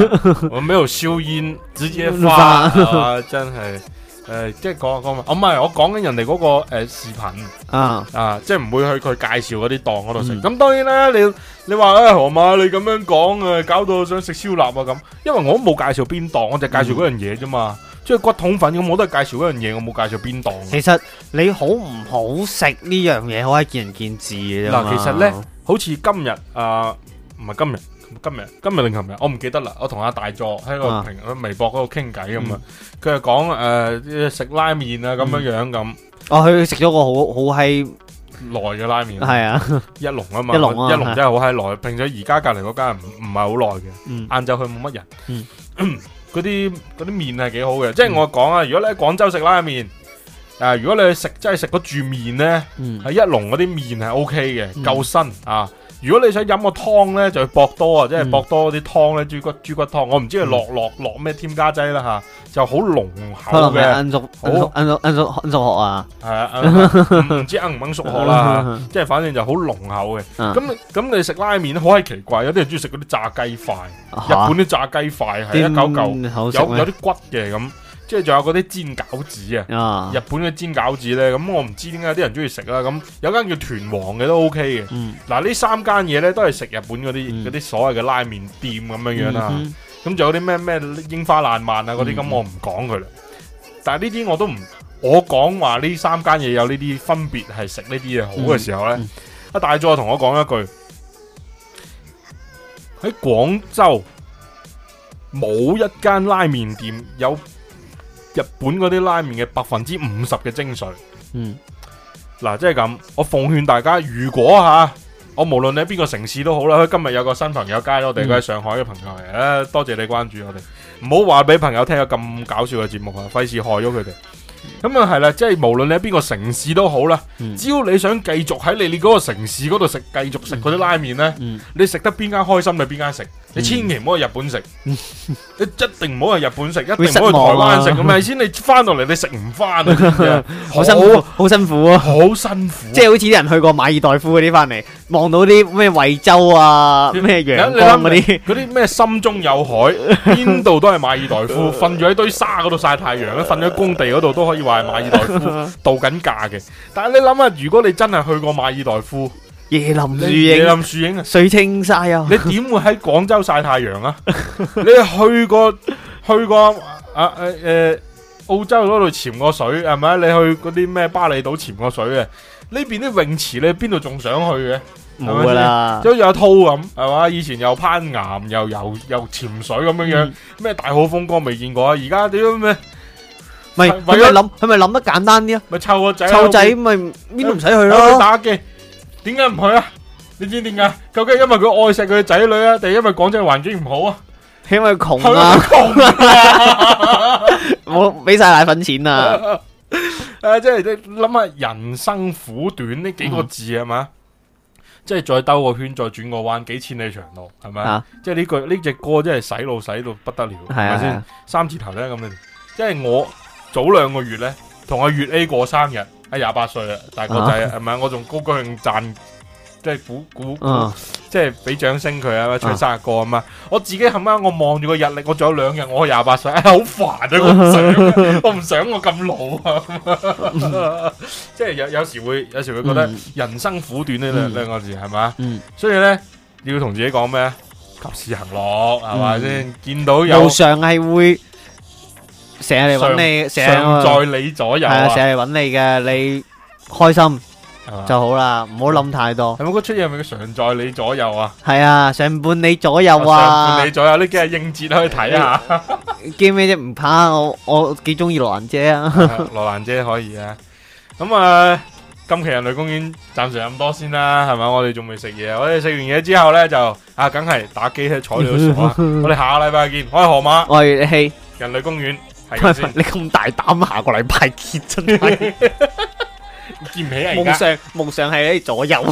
S1: 我没有修音，直接发啊！真系诶，即係講下講下，我唔係我講緊人哋嗰個诶视频
S2: 啊，
S1: 啊，即係唔會去佢介紹嗰啲檔嗰度食。
S2: 嗯
S1: 咁當然啦，你你話哎诶河馬你咁樣講诶，搞到我想食燒臘啊咁，因為我都冇介紹邊檔，我就介紹嗰樣嘢啫嘛。
S2: 嗯
S1: 即係骨筒粉咁，我都係介紹嗰樣嘢，我冇介紹邊檔。
S2: 其實你好唔好食呢樣嘢，好係見仁見智嘅啫嘛
S1: 嗱其實呢好似今日啊，唔係今日，今日今日定琴日，我唔記得啦。我同阿大座喺個
S2: 啊嗯
S1: 平喺微博嗰度傾偈咁啊，佢就講诶食拉麵啊咁樣樣咁
S2: 哦，佢食咗個好好閪，
S1: 耐嘅拉麵。
S2: 係啊，
S1: 一龍啊嘛，
S2: 一龍啊
S1: 一龍真係好閪耐。並且而家隔離嗰間唔唔係好耐嘅，
S2: 嗯
S1: 晏晝佢冇乜人。
S2: 嗯
S1: 嗰啲嗰啲面係幾好嘅，即係我講啊，
S2: 嗯
S1: 如果你喺廣州食拉麵。啊！如果你去食真係食嗰住面呢，
S2: 嗯
S1: 喺一龍嗰啲面係 O K 嘅，
S2: 嗯
S1: 夠新啊！如果你想飲個湯呢，就去博多啊，即係
S2: 嗯
S1: 博多嗰啲湯呢，豬骨豬骨湯，我唔知佢落落落咩添加劑啦嚇，就好濃
S2: 可
S1: 厚
S2: 能係啊
S1: 嘅，
S2: 恩熟
S1: 好
S2: 恩熟恩熟恩熟恩熟學啊，
S1: 係啊啊唔唔知啱唔啱熟學 啦嚇。即係反正就好濃厚嘅。
S2: 嗯
S1: 咁你咁你食拉麵好閪奇怪，有啲人中意食嗰啲炸雞塊，日本
S2: 嚇
S1: 啲炸雞塊係一
S2: 啲
S1: 嚿嚿，
S2: 好食
S1: 有有
S2: 咩
S1: 啲骨嘅咁，即係仲有嗰啲煎餃子啊。
S2: 啊
S1: 日，本嘅煎餃子呢，咁我唔知點解有啲人中意食啦。咁有間叫豚王嘅都 OK 嘅。
S2: 嗯
S1: 嗱，呢三間嘢呢，都係食日本嗰啲
S2: 嗯
S1: 嗰啲所謂嘅拉麵店咁樣樣啦。
S2: 嗯
S1: 咁仲有啲咩咩櫻花爛漫啊嗰啲，
S2: 嗯
S1: 咁我唔講佢啦。但係呢啲我都唔，我講話呢三間嘢有呢啲分別係食呢啲嘢好嘅時候呢，
S2: 嗯
S1: 阿大佐同我講一句：喺廣州冇一間拉麵店有日本嗰啲拉麵嘅百分之五十嘅精髓。
S2: 嗯
S1: 嗱，即係咁，我奉勸大家，如果吓、我無論你喺邊個城市都好啦，今日有個新朋友加咗我哋，
S2: 嗯
S1: 佢喺上海嘅朋友嚟，誒多謝你關注我哋，唔好話俾朋友聽有咁搞笑嘅節目啊，費事害咗佢哋。咁啊係啦，即係無論你喺邊個城市都好啦，
S2: 嗯
S1: 只要你想繼續喺你你嗰個城市嗰度食，繼續食嗰啲拉麵呢，
S2: 嗯
S1: 你食得邊間開心就邊間食，你
S2: 嗯
S1: 千祈唔好去日本 食，你一定唔好去日本食，一定唔好
S2: 會
S1: 去台
S2: 失望啊
S1: 灣食，咁咪先？你翻到嚟你食唔翻啊，知唔知啊
S2: 好辛苦，好辛苦啊！
S1: 好辛苦啊。
S2: 即係好似啲人去過馬爾代夫嗰啲翻嚟，望到啲咩惠州啊、咩陽光嗰啲，
S1: 嗰啲咩心中有 海，邊度都係馬爾代夫，瞓住喺堆沙嗰度曬太陽 咧，瞓咗喺工地嗰度都可以話係馬爾代夫度緊假嘅。但係你諗下，如果你真係去過馬爾代夫，
S2: 椰林樹
S1: 你你
S2: 影、
S1: 冧樹影啊，
S2: 水清沙丘，
S1: 你點會喺廣州曬太陽 啊？你去過去過啊誒誒澳洲嗰度潛過水係咪？你去嗰啲咩巴厘島潛過水嘅？呢邊啲泳池你邊度仲想去嘅？
S2: 冇噶啦
S1: 即。好似阿涛咁，係嘛？以前又攀岩，又游，又潛水咁樣樣
S2: 嗯，
S1: 咩、大好風光未見過啊！而家屌咩
S2: 咪
S1: 為
S2: 佢咪
S1: 咗
S2: 諗佢咪諗得簡單啲啊？
S1: 咪湊個仔，
S2: 湊仔咪邊度唔使去
S1: 去
S2: 咯？
S1: 打機，點解唔去啊？你知點解？究竟係因為佢愛錫佢仔女啊，定係因為廣州環境唔好啊？
S2: 因為窮
S1: 係
S2: 啊
S1: 啊，， 窮
S2: 我俾晒奶粉錢啊！
S1: 啊！誒，即係你諗下人生苦短呢幾個字係
S2: 嗯
S1: 嘛？即係再兜個圈，再轉個彎，幾千里長路係咪？
S2: 啊
S1: 即係呢句呢只歌真係洗腦洗到不得了，係
S2: 係
S1: 咪
S2: 啊係
S1: 先
S2: 啊？，
S1: 三字頭咧咁樣，即係我早兩個月咧，同阿月 A 過生日，啊廿八歲啦，大個仔啊，唔係我仲高高興讚，即係鼓鼓，
S2: 嗯
S1: 即係俾掌聲佢啊，吹生日歌啊嘛。我自己冚啱，我望住個日曆，我仲有兩日，我廿八歲，哎好煩啊！我唔想，啊我唔想我咁老啊， 即係有有時會有時會覺得
S2: 嗯
S1: 人生苦短呢兩
S2: 嗯
S1: 兩個字係嘛，
S2: 嗯，
S1: 所以咧要同自己講咩？啊及時行樂係咪
S2: 嗯
S1: 先？見到有
S2: 路。上係會成日嚟揾你，成
S1: 常
S2: 日
S1: 在你左右
S2: 係啊，
S1: 啊，
S2: 成日嚟揾你嘅，你開心
S1: 就
S2: 就好啦，唔好諗太多。
S1: 係咪嗰出嘢係咪叫常在你左右啊？
S2: 係啊，上半你左右
S1: 常
S2: 啊
S1: 伴你，左右呢幾日應節可以睇 下，
S2: 驚咩啫？唔怕，我我幾中意羅蘭姐啊。
S1: 羅蘭姐可以啊。咁啊，今期人類公園暫時咁多先啦，係咪？我哋仲未食嘢，我哋食完嘢之後咧就啊，梗係打機去睬你都傻 啊！我哋下個禮拜見，我係河馬，
S2: 我係希，
S1: 人類公園係咁先，
S2: 你咁大膽，下個禮拜結真 係
S1: 見唔起啊而
S2: 夢
S1: 家。
S2: 想，夢想係喺你左右。啊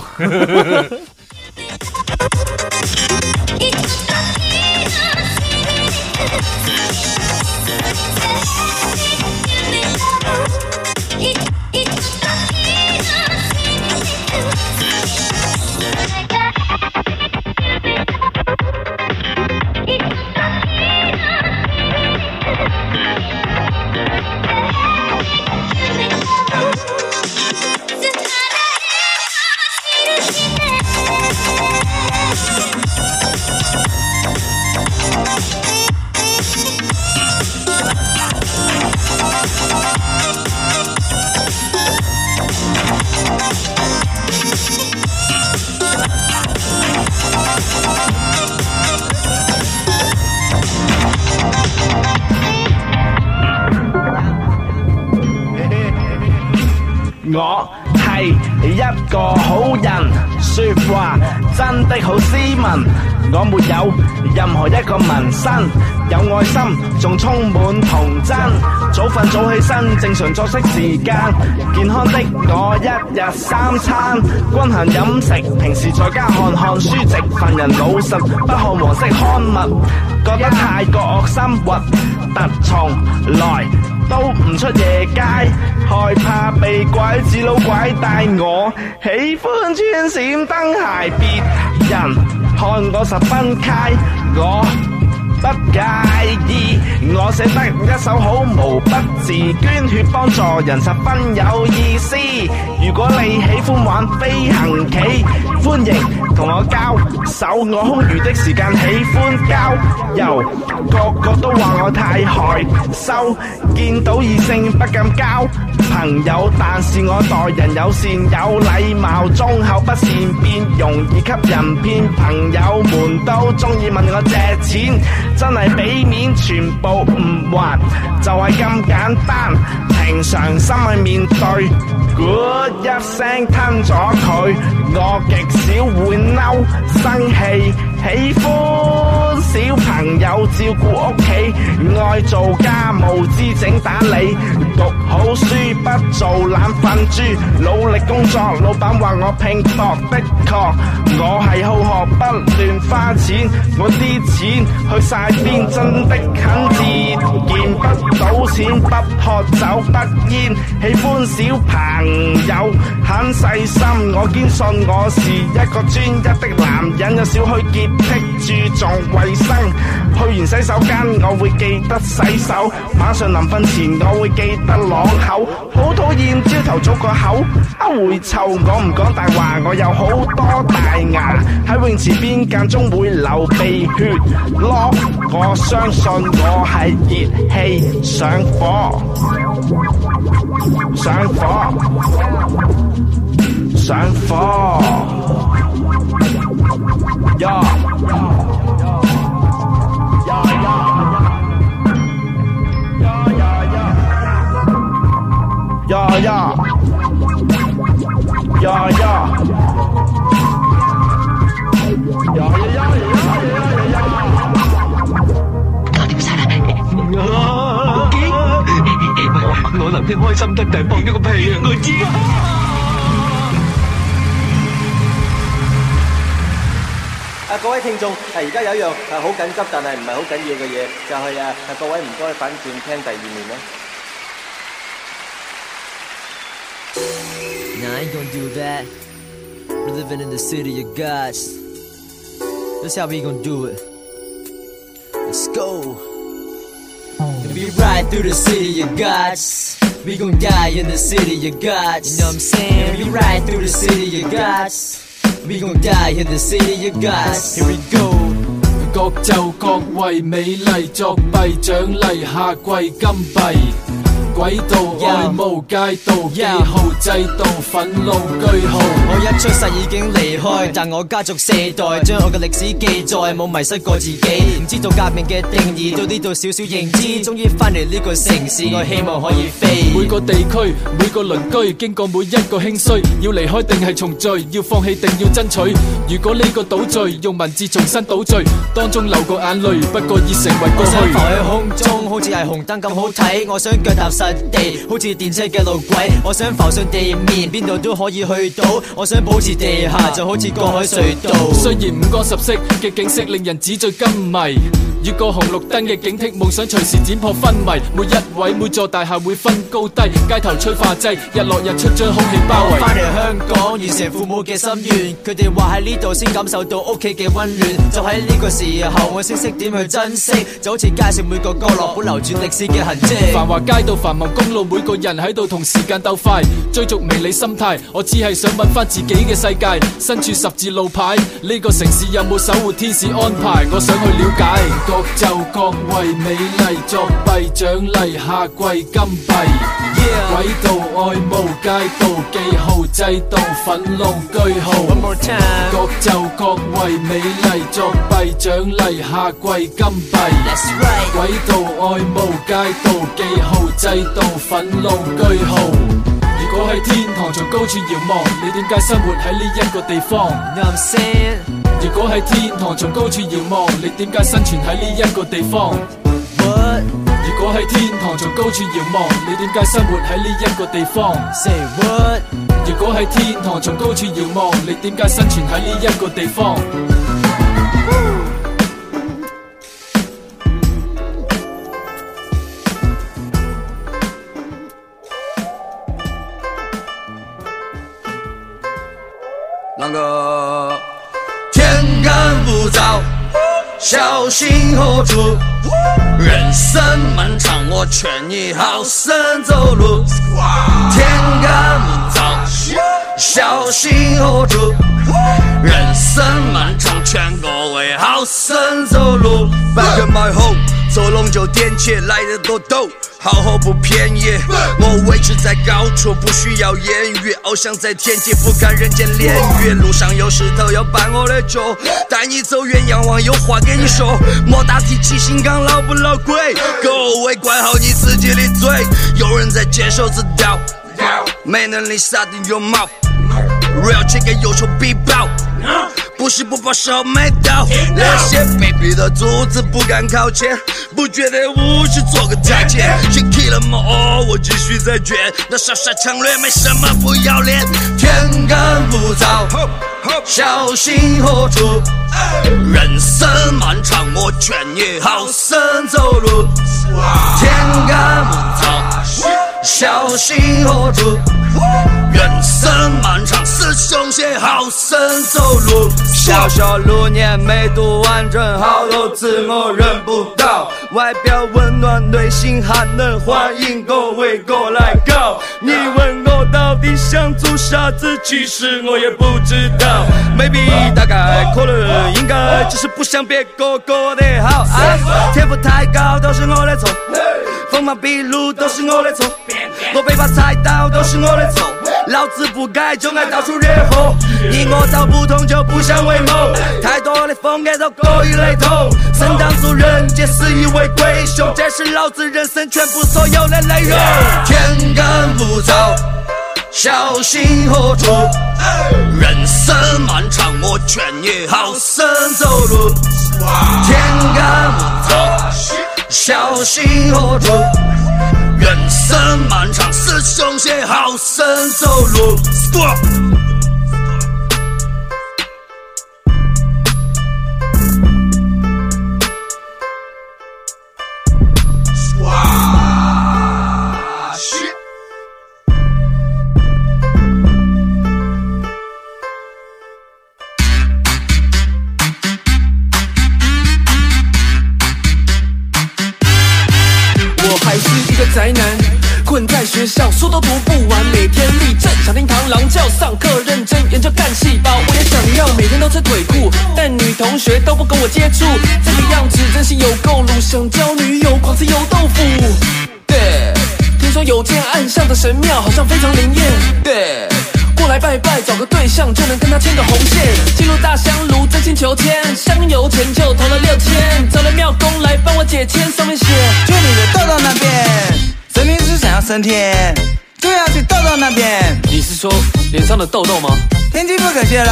S3: Thank you. 我係一個好人，说話真的好斯文。我沒有任何一個紋身，有愛心，仲充滿童真。早瞓早起身，正常作息時間，健康的我一日三餐均衡飲食。平時在家看看書籍，份人老實，不看黃色刊物，覺得太過惡心核突，從來。都唔出夜街，害怕被鬼子佬拐帶我。喜歡穿閃燈鞋，別人看我十分揩，我不介意。我寫得一手好毛筆字，捐血幫助人十分有意思。如果你喜歡玩飛行棋，歡迎同我交手。我空餘的時間喜歡交遊，個個都話我太害羞，見到異性不敢交朋友，但是我待人友善有禮貌，忠厚不善變，容易給人騙。朋友們都中意問我借錢，真係俾面全部唔還，就係、咁簡單，平常心去面對。Good 一聲吞咗佢，我極少會嬲生氣，喜歡小朋友照顧屋企，愛做家務之整打理，讀好書不做懶瞓豬，努力工作，老闆話我拼搏，的確我係好學不亂花錢，我啲錢去晒邊，真的很自然，不賭錢不喝酒不煙，喜歡小朋友很細心，我堅信我是一個專一的男人，有少許潔癖，注重衞生。去完洗手間，我會記得洗手；晚上臨瞓前，我會記得朗口。好討厭朝頭早個口一回臭，我唔講大話，我有好多大牙喺泳池邊間中會流鼻血咯。我相信我係熱氣上火。上火，上火，呀呀呀呀呀呀呀。
S4: 多點晒啦！我驚，我臨尾開心得，但係放咗個屁啊！我知啊。
S5: 啊，各位聽眾，係而家有一樣係好緊急，但係唔係好緊要嘅嘢，就係、啊，各位唔該反轉聽第二面啦。
S6: Nah, I ain't gonna do that. We're living in the city of gods. That's how we gonna do it. Let's go. Gonna be right through the city of gods. We gon' die in the city of gods. You know what I'm saying? Gonna be right through the city of gods. We gon' die in the city of gods. Here we go.
S7: 各就各為美麗作弊，獎勵下季金幣。軌道
S6: Yeah
S7: 愛慕街道，記
S6: Yeah
S7: 號制度憤怒句號。
S6: 哦我一出世已經離開，但我家族世代將我嘅歷史記載，冇迷失過自己。唔知道革命嘅定義，到呢度少少認知，終於翻嚟呢個城市，我希望可以
S7: 每
S6: 飛。
S7: 個地區、每個鄰居，經過每一個興衰，要離開定係重聚，要放棄定要爭取。如果呢個島嶼用文字重新倒敘，當中流過眼淚，不過已成為
S6: 我
S7: 過
S6: 想
S7: 去
S6: 浮。喺空中，好似係紅燈咁好睇。我想腳踏實地，好似電車嘅路軌。我想浮上地面，邊度都可以去到。我想保持地下，就好似過海隧道。
S7: 雖然五光十色嘅景色令人紙醉金迷，越過紅綠燈嘅警惕，夢想隨時剪破昏迷。每一位每座大廈會分高低，街頭催化劑，日落日出將空氣包圍。
S6: 翻嚟香港完成父母嘅心願，佢哋話喺呢度先感受到屋企嘅温暖。就喺呢個時候，我先識點去珍惜，就好似街市每個角落保留住歷史嘅痕
S7: 繁
S6: 跡。
S7: 華街道、繁忙公路，每個人喺度同時間鬥快，追逐名利心態。我只係想揾翻自己嘅世界，身處十字路牌，呢、個城市有冇守護天使安排？我想去了解。各就各為美麗作弊，獎勵下季金幣。軌道愛慕街道記號制度憤怒句號。
S6: One more time,
S7: 各就各為美麗作弊，獎勵下季金幣。
S6: That's right
S7: 軌道愛慕街道記號制度憤怒句號。如果喺天堂，從高處遙望，你點解生活喺呢一個地方？
S6: know what I'm saying?
S7: 如果喺天堂從高處遙望，你點解生存喺呢一個地方？
S6: What?
S7: 如果喺天堂從高處遙望，你點解生活喺呢一個地方？
S6: Say what?
S7: 如果喺天堂從高處遙望，你點解生存喺呢一個地方？
S8: 啷个？天干物燥，小心后主。人生漫长，我劝你好生走路。天干物燥，小心后主。人生漫长，劝各位好生走路。Back in my home，走龙九店且来的多逗，好后不偏夜。我位置在高处，不需要言语，翱翔在天际，俯瞰人间炼狱。路上有石头要绊我的脚，带你走远，仰望有话给你说。莫打提起新港老不老贵，各位管好你自己的嘴。有人在接受指导，没能力杀进 your mouth。real 这个有求必报。不是不报，是好没到。那些卑鄙的主子不敢靠前，不觉得无视做个太监。先 kill 了哦，我继续再卷。那傻傻强略没什么不要脸，天干物燥，小心后出。人生漫长，我劝你好生走路。天干物燥，小心后出。人生漫长，师兄些好生走路。小小六年没读完整，好多字我认不到。外表温暖，内心寒冷，欢迎各位过来告。你问我到底想做啥子，其实我也不知道。maybe 大概可能应该，只是不想别个过得好。哎，天赋太高都是我的错，锋芒毕露都是我的错，我被把菜刀都是我的错。老子不改就爱到处惹祸，你我道不同就不相为谋，太多的风爱都过于雷同，生当作人皆死以为鬼雄，这是老子人生全部所有的内容。天干物燥。小心何处？人生漫长，我劝你好生走路。天干物燥，小心何处？人生漫长，师兄些好生走路。Stop
S7: 我还是一个宅男，困在学校，书都读不完，每天立正，想听螳螂叫，上课认真研究干细胞。我也想要每天都穿腿裤，但女同学都不跟我接触，这个样子真是有够鲁，想交女友，狂吃油豆腐。对，听说有间暗巷的神庙好像非常灵验。对。过来拜拜，找个对象就能跟他牵个红线。进入大香炉，真心求签，香油钱就投了六千。找了庙公来帮我解签，上面写
S8: 去你的豆豆那边，神明是想要升天，就
S7: 啊
S8: 要去豆豆那边。
S7: 你是说脸上的痘痘吗？
S8: 天机不可泄露，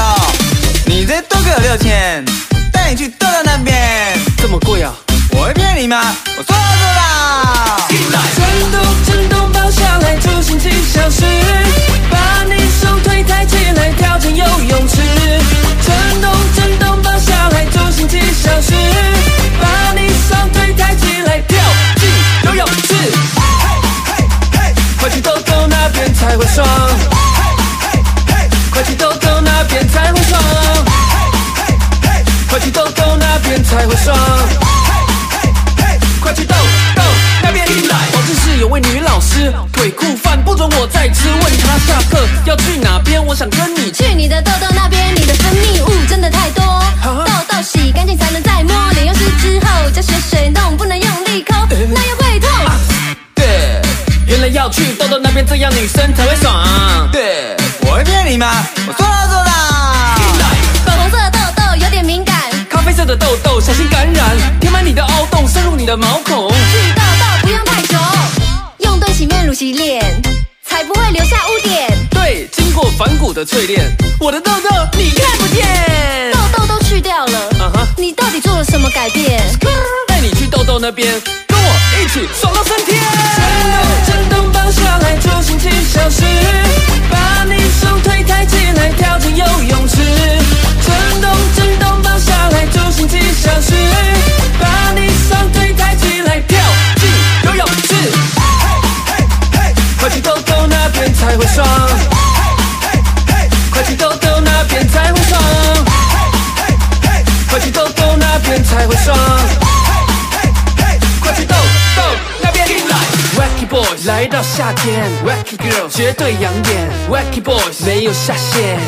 S8: 你这多给我六千，带你去豆豆那边。
S7: 这么贵啊！
S8: 我会骗你吗？我说了做到。
S7: 震动震动，包下来住星期小时，把你手推抬起来，跳进游泳池。震动震动，包下来住星期小时，把你手推抬起来，跳进游泳池。快去豆豆那边才会爽，快去豆豆那边才会爽，快去豆豆那边才会爽。快去豆豆那边来！我这是有位女老师，鬼裤饭不准我再吃，问她下课要去哪边，我想跟你去。
S9: 去你的痘痘那边，你的分泌物真的太多，痘痘洗干净才能再摸。脸用湿之后加些水弄，不能用力抠，
S10: 哎
S9: 那样会痛。
S7: 对，原来要去豆豆那边，这样女生才会爽。对，
S8: 我会骗你吗？我说到做到。
S9: 粉红色的痘痘有点敏感，
S7: 咖啡色的痘痘小心感染，填满你的凹洞，深入你的毛孔。
S9: 去痘痘不用太久，用对洗面乳洗脸，才不会留下污点。
S10: 哎反骨的淬炼，我的痘痘你看不见
S9: 痘。痘都去掉了，
S10: 啊哈，
S9: 你到底做了什么改变？
S10: 带你去痘痘那边，跟我一起爽到升天。震动帮小孩做星期小时，把你手推开起来，跳进游泳池。震动震动帮小孩做星期小时，把你手推开起来，跳进游泳池。快去痘痘那边才会爽，快去痘痘那边才会爽，快去痘痘那边才会爽。快去动动那边进来。Wacky Boys 来到夏天，Wacky Girls 绝对养眼，Wacky Boys 没有下限。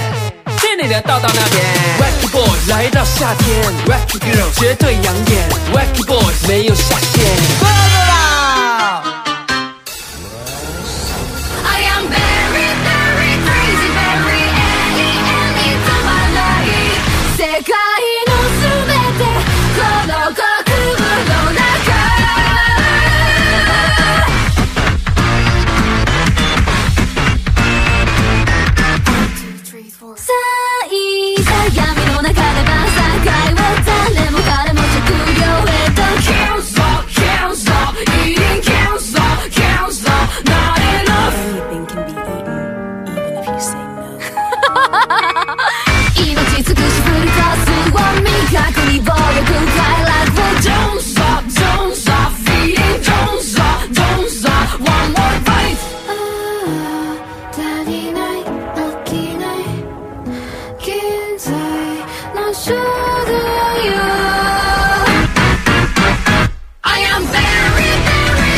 S10: 去你的道道那边，Wacky Boys 来到夏天，Wacky Girls 绝对养眼，Wacky Boys 没有下限。快乐啦！
S9: I am very, very crazy, very any, any 止まない世界のすべてこの国務の中さあいざ闇の中で晩餐会を誰も彼も職業へと Cancel, cancel, eating cancel, cancel, not enough
S11: Anything can be eaten, even if you say no.
S9: 命尽くしフルカスは味覚に暴力快楽を Don't stop, don't stop, feeding Don't stop, don't stop, one more fight 足りない、飽きない現在の食料 I am very, very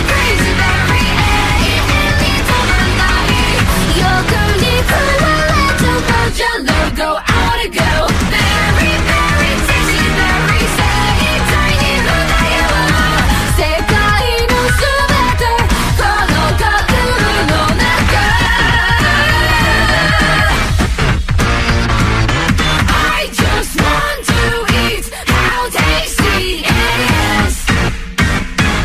S9: crazy, very any, any 止まない欲に食われたバージョン Go out and go Very, very sexy, very sexy 第二の世界のすべてこの学部の中 I just want to eat how tasty it is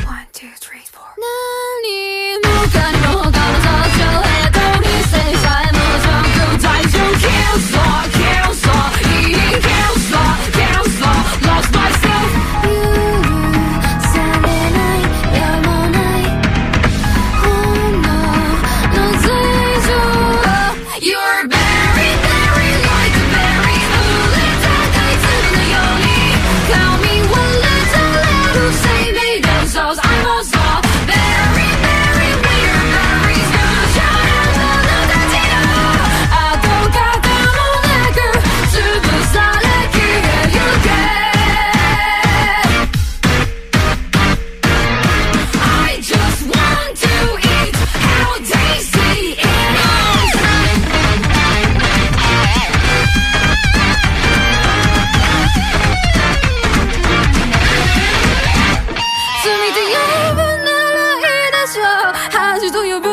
S11: One, two, three, four.
S9: 何もかにも他の座長へとリステンさえも上空体重 Kills law, kills law, eating kills law, kills law, lost myself 許されない、やまない本能の随情 You're very, very like a berry 濡れた大豆のように Call me one little little save me themselves I'm all star Very, very weird, very special 者たちの跡形もなく潰され消えゆけ I just want to eat how tasty it is. 罪と呼ぶならいいでしょう恥と呼ぶ